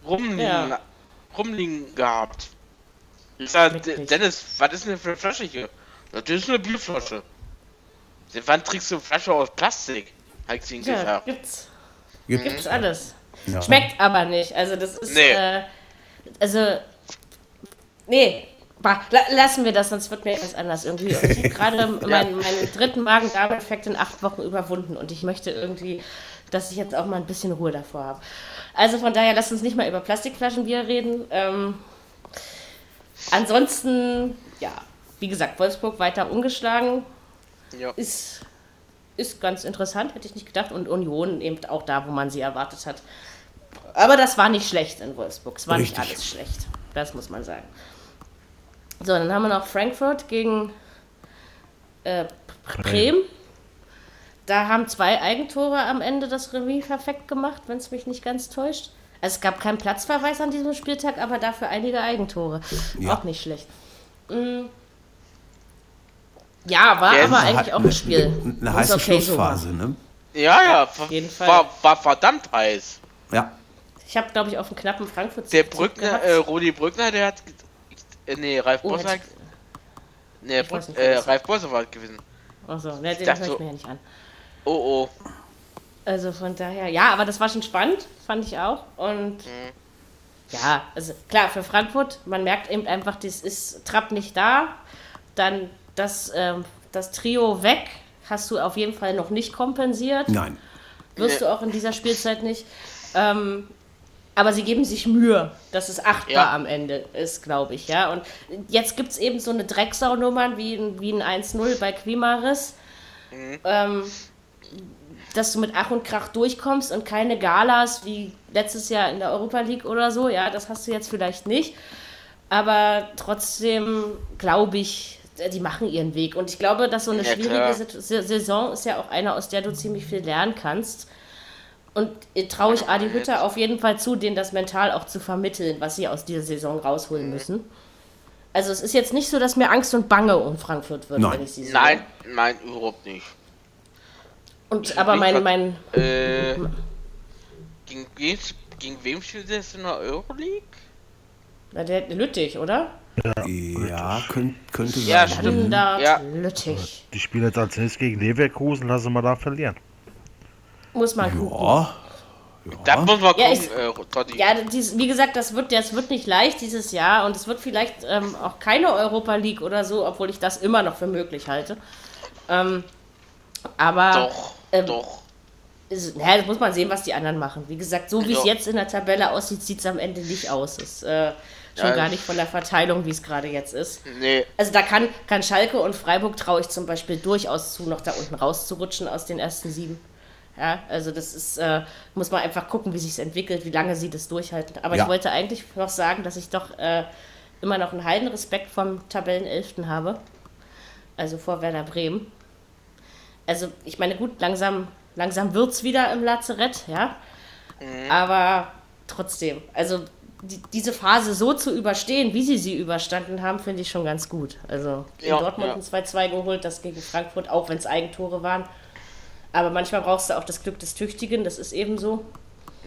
rumliegen,
Ja.
rumliegen gehabt. Ich sag,
Wirklich?
"De- Dennis, was ist denn für eine Flasche hier? "Na, Das ist eine Bierflasche. "Seit Wann trinkst du eine Flasche aus Plastik? Hat ich ihn
Ja,
gesagt.
gibt's. Gibt's alles. Schmeckt aber nicht. Also das ist.
Nee.
Äh, also. Nee. Bah, la lassen wir das, sonst wird mir ganz anders irgendwie. Ich habe gerade meinen, meinen dritten Magen-Darm-Effekt in acht Wochen überwunden und ich möchte irgendwie, dass ich jetzt auch mal ein bisschen Ruhe davor habe. Also von daher, lasst uns nicht mal über Plastikflaschenbier reden. Ähm, ansonsten, ja, wie gesagt, Wolfsburg weiter ungeschlagen.
Ja.
Ist, ist ganz interessant, hätte ich nicht gedacht. Und Union eben auch da, wo man sie erwartet hat. Aber das war nicht schlecht in Wolfsburg. Es war nicht
Richtig.
alles schlecht. Das muss man sagen. So, dann haben wir noch Frankfurt gegen äh, Bremen. Da haben zwei Eigentore am Ende das Remis perfekt gemacht, wenn es mich nicht ganz täuscht. Also es gab keinen Platzverweis an diesem Spieltag, aber dafür einige Eigentore.
Ja.
Auch nicht schlecht. Mm. Ja, war
Ja,
aber
hat
eigentlich auch ein Spiel.
Eine
Ist
heiße
okay so.
Schlussphase, ne?
Ja, ja, ver-
jeden Fall.
war, war verdammt heiß.
Ja.
Ich habe, glaube ich, auf dem knappen Frankfurt
Der
Sieg
Brückner,
gehabt.
äh, Rudi Brückner, der hat. ge- Äh, nee, Ralf
Oh,
Bossert.
hätte-
Nee,
Ich weiß
Brück,
nicht,
äh,
was-
Ralf Bossert war gewesen.
Ach so, ne, den
dachte
höre ich
so-
mir ja nicht an.
Oh, oh.
Also von daher, ja, aber das war schon spannend, fand ich auch. Und ja, also klar, für Frankfurt, man merkt eben einfach, das ist Trapp nicht da. Dann das, ähm, das Trio weg, hast du auf jeden Fall noch nicht kompensiert.
Nein.
Wirst
Nee.
du auch in dieser Spielzeit nicht. Ähm, aber sie geben sich Mühe, dass es achtbar
Ja.
am Ende ist, glaube ich, ja. Und jetzt gibt es eben so eine Drecksau-Nummern wie, ein- wie ein 1-0 bei Quimaris,
Mhm.
ähm, dass du mit Ach und Krach durchkommst und keine Galas wie letztes Jahr in der Europa League oder so, ja, das hast du jetzt vielleicht nicht. Aber trotzdem glaube ich, äh, die machen ihren Weg. Und ich glaube, dass so eine
Ja,
schwierige
klar.
Sit- Sa- Saison ist ja auch eine, aus der du ziemlich viel lernen kannst. Und äh, traue ich Adi Hütter auf jeden Fall zu, denen das mental auch zu vermitteln, was sie aus dieser Saison rausholen
Mhm.
müssen. Also es ist jetzt nicht so, dass mir Angst und Bange um Frankfurt wird,
Nein.
wenn ich sie sehe.
Nein, nein, überhaupt nicht.
Und aber mein, mein,
Äh. Gegen wem, gegen wem spielt der jetzt in der Euroleague?
na, der Lüttich, oder?
Ja, könnt, könnte sein.
Ja, stimmt.
Standard
Ja.
Lüttich.
Die spielen jetzt als nächstes gegen Leverkusen, lassen wir da verlieren.
Muss man gucken.
Ja,
Da muss man
Ja,
gucken,
ich-
äh, Totti.
Ja, dies, wie gesagt, das wird, das wird nicht leicht dieses Jahr und es wird vielleicht ähm, auch keine Europa League oder so, obwohl ich das immer noch für möglich halte. Ähm, aber
Doch,
ähm,
doch.
ist, naja, das muss man sehen, was die anderen machen. Wie gesagt, so wie es
Ja.
jetzt in der Tabelle aussieht, sieht es am Ende nicht aus. Ist äh, schon
Ja,
gar
ich-
nicht von der Verteilung, wie es gerade jetzt ist.
Nee,
Also da kann, kann Schalke und Freiburg traue ich zum Beispiel durchaus zu, noch da unten rauszurutschen aus den ersten sieben. Ja, also das ist, äh, muss man einfach gucken, wie sich entwickelt, wie lange sie das durchhalten. Aber
Ja.
ich wollte eigentlich noch sagen, dass ich doch äh, immer noch einen halben Respekt vom Tabellenelften habe. Also vor Werder Bremen. Also ich meine, gut, langsam, langsam wird es wieder im Lazarett, ja.
Mhm.
Aber trotzdem, also die, diese Phase so zu überstehen, wie sie sie überstanden haben, finde ich schon ganz gut. Also in
Ja,
Dortmund
ja.
ein 2-2 geholt, das gegen Frankfurt, auch wenn es Eigentore waren. Aber manchmal brauchst du auch das Glück des Tüchtigen, das ist eben so.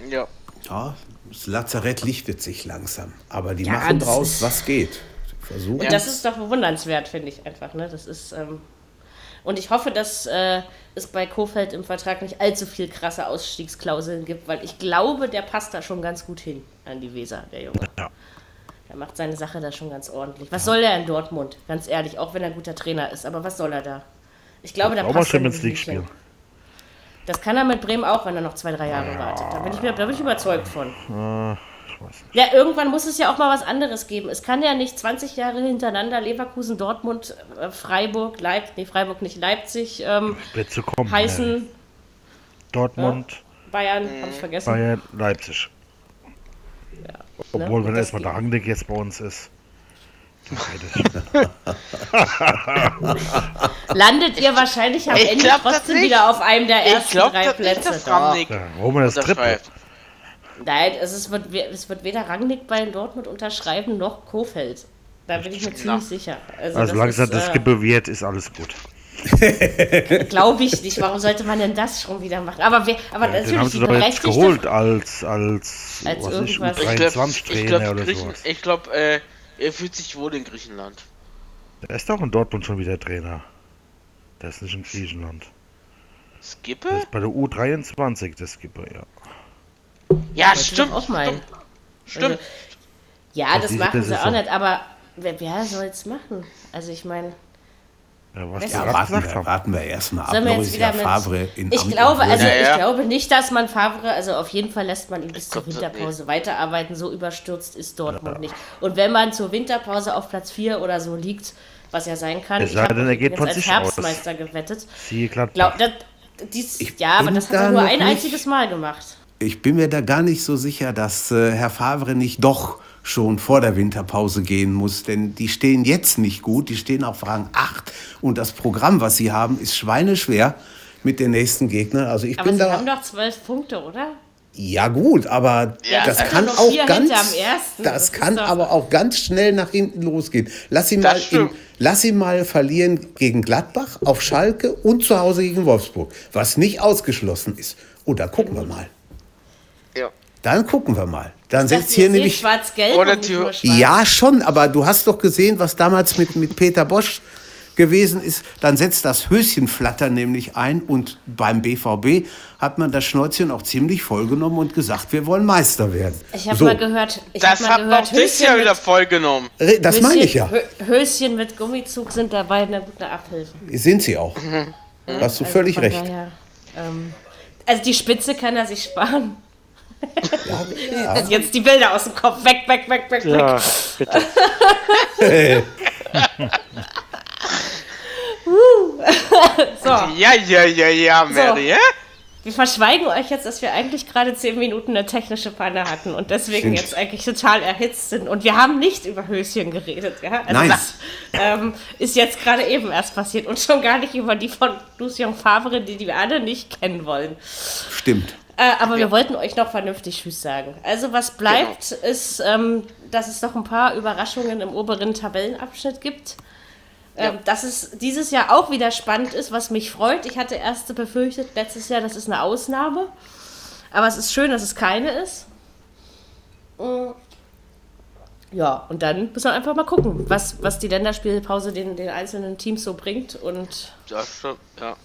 ja.
Ja, das Lazarett lichtet sich langsam, aber die
Ja,
machen
das
draus,
ist-
was geht. Versuchen.
Und das ist doch bewundernswert, finde ich einfach. Ne? Das ist, ähm, und ich hoffe, dass äh, es bei Kofeld im Vertrag nicht allzu viel krasse Ausstiegsklauseln gibt, weil ich glaube, der passt da schon ganz gut hin an die Weser, der Junge.
Ja.
Der macht seine Sache da schon ganz ordentlich. Was soll er in Dortmund? Ganz ehrlich, auch wenn er ein guter Trainer ist, aber was soll er da? Ich glaube, da
Auch mal
passt er
Champions
nicht
League
hin.
spielen.
Das kann er mit Bremen auch, wenn er noch zwei, drei Jahre wartet. Da bin ich, mir- da bin ich überzeugt von.
Ich weiß nicht.
Ja, irgendwann muss es ja auch mal was anderes geben. Es kann ja nicht 20 Jahre hintereinander Leverkusen, Dortmund, äh, Freiburg, Leipzig, nee, Freiburg nicht, Leipzig, ähm,
Plätze kommen. äh,
heißen,
Dortmund,
Bayern, hab ich vergessen.
Bayern, Leipzig. Obwohl, wenn
Ne? das
erstmal
geht.
der Hangnick jetzt bei uns ist. dann geht es schon.
Landet ihr wahrscheinlich am
Ich
Ende
glaub das
trotzdem
nicht.
wieder auf einem der
Ich
ersten
glaube,
drei
das
Plätze.
ist das
Doch.
Ramnick.
Ja, Roman ist Triple.
unterschreibt.
Nein, es, ist, wird, we- es wird weder Rangnick bei Dortmund unterschreiben, noch Kofeld. Da bin ich mir ziemlich sicher. Also,
Also langsam das
äh,
Skippe wird, ist alles gut.
Glaube ich nicht. Warum sollte man denn das schon wieder machen? Aber, wer, aber
Den haben
natürlich
sie
die
doch jetzt
berechtigte
geholt als, als,
Als
was ich,
irgendwas.
Ich glaube, ich
23
glaub,
Trainer oder
Griechen,
sowas.
ich glaub, äh, er fühlt sich wohl in Griechenland.
Der ist doch in Dortmund schon wieder Trainer. Der ist nicht in Griechenland. Der
Skippe?
ist bei der U23, der Skipper, ja.
Ja,
ich
stimmt.
doch auch meinen. Also,
Stimmt. stimmt.
Ja, das
diese
machen sie auch
Saison.
nicht, aber wer, wer soll es machen? Also ich meine,
ja was
Ja,
wir
Ja,
gerade
warten
gesagt
wir,
haben.
warten wir erstmal ab.
sollen wir
Noch
jetzt
ist
wieder
ja
mit...
Favre in
ich
Amt und
glaube,
Würden.
also
Ja, ja.
ich glaube nicht, dass man Favre, also auf jeden Fall lässt man ihn bis zur
glaub, das-
Winterpause weiterarbeiten, so überstürzt ist Dortmund nicht. Und wenn man zur Winterpause auf Platz 4 oder so liegt, was ja sein kann,
Es sei
hab
denn, er geht
jetzt
von
als
sich aus.
Herbstmeister gewettet.
Siehe
Glaub,
Gladbach.
das, dies,
Ich
ja, aber
bin
das hat er
da
nur
noch
ein
nicht-
einziges Mal gemacht.
Ich bin mir da gar nicht so sicher, dass äh, Herr Favre nicht doch schon vor der Winterpause gehen muss, denn die stehen jetzt nicht gut, die stehen auf Rang 8 und das Programm, was sie haben, ist schweineschwer mit den nächsten Gegnern. Also ich
Aber
bin
sie
da
haben doch zwölf Punkte, oder?
ja gut, aber
Ja,
das
also
kann
noch
auch
vier
ganz
hinterm ersten,
das,
das ist
kann
doch-
aber auch ganz schnell nach hinten losgehen. Lass sie
Das
mal in,
stimmt.
lass sie mal verlieren gegen Gladbach, auf Schalke und zu Hause gegen Wolfsburg, was nicht ausgeschlossen ist. Oh, da gucken wir mal.
Ja.
Dann gucken wir mal. Dann
Dass
setzt
sie
hier
jetzt sehen,
nämlich.
schwarz-gelb
Oder
und nicht
die-
nur schwarz.
Ja, schon, aber du hast doch gesehen, was damals mit, mit Peter Bosch gewesen ist. Dann setzt das Höschenflattern nämlich ein und beim BVB hat man das Schnäuzchen auch ziemlich vollgenommen und gesagt, wir wollen Meister werden.
Ich habe
so,
mal gehört, ich hab
Das
mal
hat
gehört,
noch das Jahr wieder vollgenommen.
Re- das
Höschen-
meine ich ja.
Hö- Höschen mit Gummizug sind dabei eine gute Abhilfe.
Sind sie auch. Hast du völlig
Mhm. Also Von
recht.
daher, ähm, also die Spitze kann er sich sparen. Also jetzt die Bilder aus dem Kopf. Weg, weg, weg, weg, weg.
Ja, bitte.
So,
Ja, ja, ja, ja, Mary, hä?
wir verschweigen euch jetzt, dass wir eigentlich gerade zehn Minuten eine technische Panne hatten und deswegen
Stimmt.
jetzt eigentlich total erhitzt sind. Und wir haben nicht über Höschen geredet. Ja? Also
Nein.
Das ähm, ist jetzt gerade eben erst passiert und schon gar nicht über die von Lucien Favre, die wir alle nicht kennen wollen.
Stimmt.
Äh, aber wir wollten euch noch vernünftig Tschüss sagen. Also was bleibt,
Genau.
ist, ähm, dass es noch ein paar Überraschungen im oberen Tabellenabschnitt gibt. Ähm, Dass es dieses Jahr auch wieder spannend ist, was mich freut. Ich hatte erst befürchtet, letztes Jahr, das ist eine Ausnahme. Aber es ist schön, dass es keine ist. Mm. Ja, und dann müssen wir einfach mal gucken, was, was die Länderspielpause den, den einzelnen Teams so bringt und
Das stimmt, ja.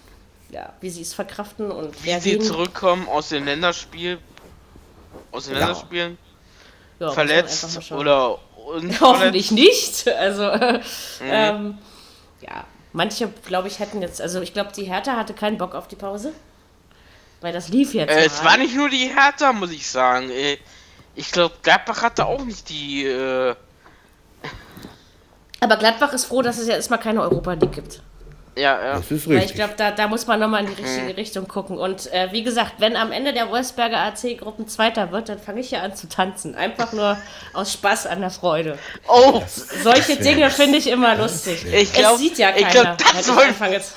ja, wie sie es verkraften und
Wie
wer
sie
wen-
zurückkommen aus den Länderspiel, aus den
Ja.
Länderspielen,
Ja, muss man einfach mal
verletzt
schauen.
oder Mhm. unverletzt.
Hoffentlich nicht. Also, äh, ähm, ja, manche, glaube ich, hätten jetzt, also ich glaube, die Hertha hatte keinen Bock auf die Pause. Weil das lief jetzt.
Äh, es
mal.
war nicht nur die Hertha, muss ich sagen. Äh, Ich glaube, Gladbach hatte auch nicht die. Äh,
Aber Gladbach ist froh, dass es ja erstmal keine Europa League gibt.
ja, ja.
Das ist
Weil ich
richtig.
glaube, da, da muss man nochmal in
Mhm.
die richtige Richtung gucken. Und äh, wie gesagt, wenn am Ende der Wolfsberger AC Gruppenzweiter wird, dann fange ich ja an zu tanzen. Einfach nur aus Spaß an der Freude.
Oh,
Solche Dinge finde ich immer lustig.
Ich glaub-
es sieht ja
ich
keiner.
glaub, das
wenn
wollte-
ich anfange jetzt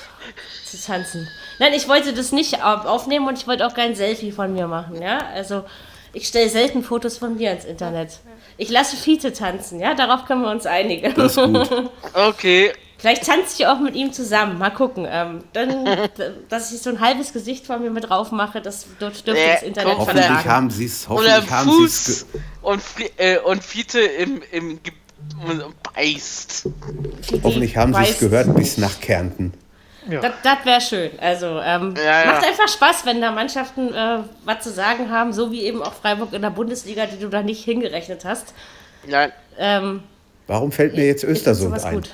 zu tanzen. Nein, ich wollte das nicht auf- aufnehmen und ich wollte auch kein Selfie von mir machen, ja? Also, ich stelle selten Fotos von mir ins Internet. Ich lasse Fiete tanzen, ja? Darauf können wir uns einigen.
Das ist gut.
okay.
Vielleicht tanze ich auch mit ihm zusammen. Mal gucken. Ähm, dann, dass ich so ein halbes Gesicht von mir mit drauf mache, das dürfte
Nee,
das Internet
komm,
Hoffentlich
Verlag.
verlagen.
haben sie es.
Oder
Hoffentlich haben sie es.
Fuß und, Fri- äh, und Fiete im, im Ge und beißt.
Hoffentlich haben sie es gehört bis nach Kärnten.
Das, das wäre schön. Also ähm,
Ja, ja.
macht einfach Spaß, wenn da Mannschaften äh, was zu sagen haben, so wie eben auch Freiburg in der Bundesliga, die du da nicht hingerechnet hast.
Nein.
Ähm,
Warum fällt mir jetzt Östersund
sowas
ein?
gut.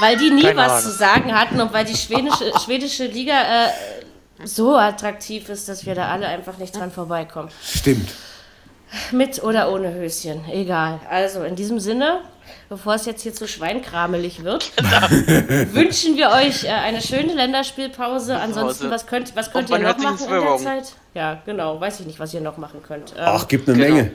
Weil die nie
Keine
was
Ahnung.
zu sagen hatten und weil die schwedische, schwedische Liga äh, so attraktiv ist, dass wir da alle einfach nicht dran vorbeikommen.
Stimmt.
Mit oder ohne Höschen, egal. Also in diesem Sinne, bevor es jetzt hier zu schweinkramelig wird, wünschen wir euch äh, eine schöne Länderspielpause. Ansonsten, was könnt, was könnt ihr
man
noch
hört sich
machen
in
in
zwei
der
Wochen.
Zeit? Ja, genau, weiß ich nicht, was ihr noch machen könnt. Ähm,
Ach, gibt eine
Genau.
Menge.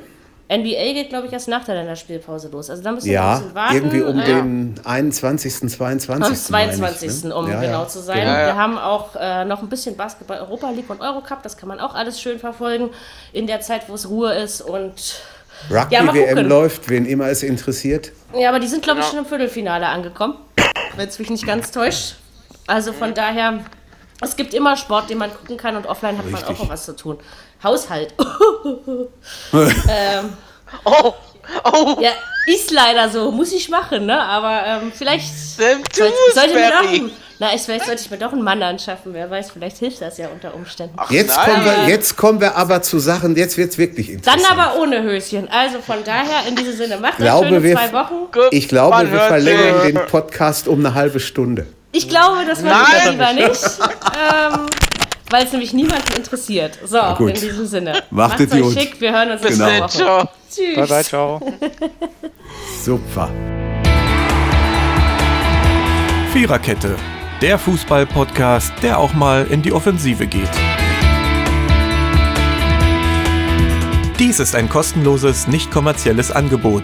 NBA geht, glaube ich, erst nach der Länderspielpause los. Also da müssen wir ein
Ja,
bisschen warten.
irgendwie um
äh,
den 21., 22.
am
meine ich,
22.
ne?
um
Ja,
genau
ja.
zu sein.
Genau.
Wir haben auch äh, noch ein bisschen Basketball, Europa League und Eurocup, das kann man auch alles schön verfolgen in der Zeit, wo es Ruhe ist und Ja, mal
Rugby-WM
gucken.
läuft, wen immer es interessiert.
Ja, aber die sind, glaube ich,
Genau.
schon im Viertelfinale angekommen. Wenn es mich nicht ganz täuscht. Also von daher, es gibt immer Sport, den man gucken kann und offline hat man
Richtig.
auch noch was zu tun. Haushalt.
Oh, oh,
ja, ist leider so, muss ich machen, ne? Aber ähm, vielleicht
Sam
soll, sollte mir doch
Dewsbury.
ein, na, ich, vielleicht sollte ich mir doch einen Mann anschaffen. Wer weiß, vielleicht hilft das ja unter Umständen.
Jetzt
nein.
kommen, wir, jetzt kommen wir aber zu Sachen, jetzt wird es wirklich
Dann
interessant.
aber ohne Höschen. Also von daher, in diesem Sinne, macht euch
Glaube,
schöne
wir-
zwei Wochen.
ich glaube,
Man
wir
hört
verlängern
sich.
den Podcast um eine halbe Stunde.
Ich glaube, das machen
Nein!
wir lieber nicht, ähm, weil es nämlich niemanden interessiert. So,
gut.
in diesem Sinne.
Macht es
Macht's euch
gut.
schick, wir hören uns
Bis
nächste
dann,
Woche.
ciao.
Tschüss.
Bye, bye, ciao.
Super.
Viererkette, der Fußball-Podcast, der auch mal in die Offensive geht. Dies ist ein kostenloses, nicht kommerzielles Angebot.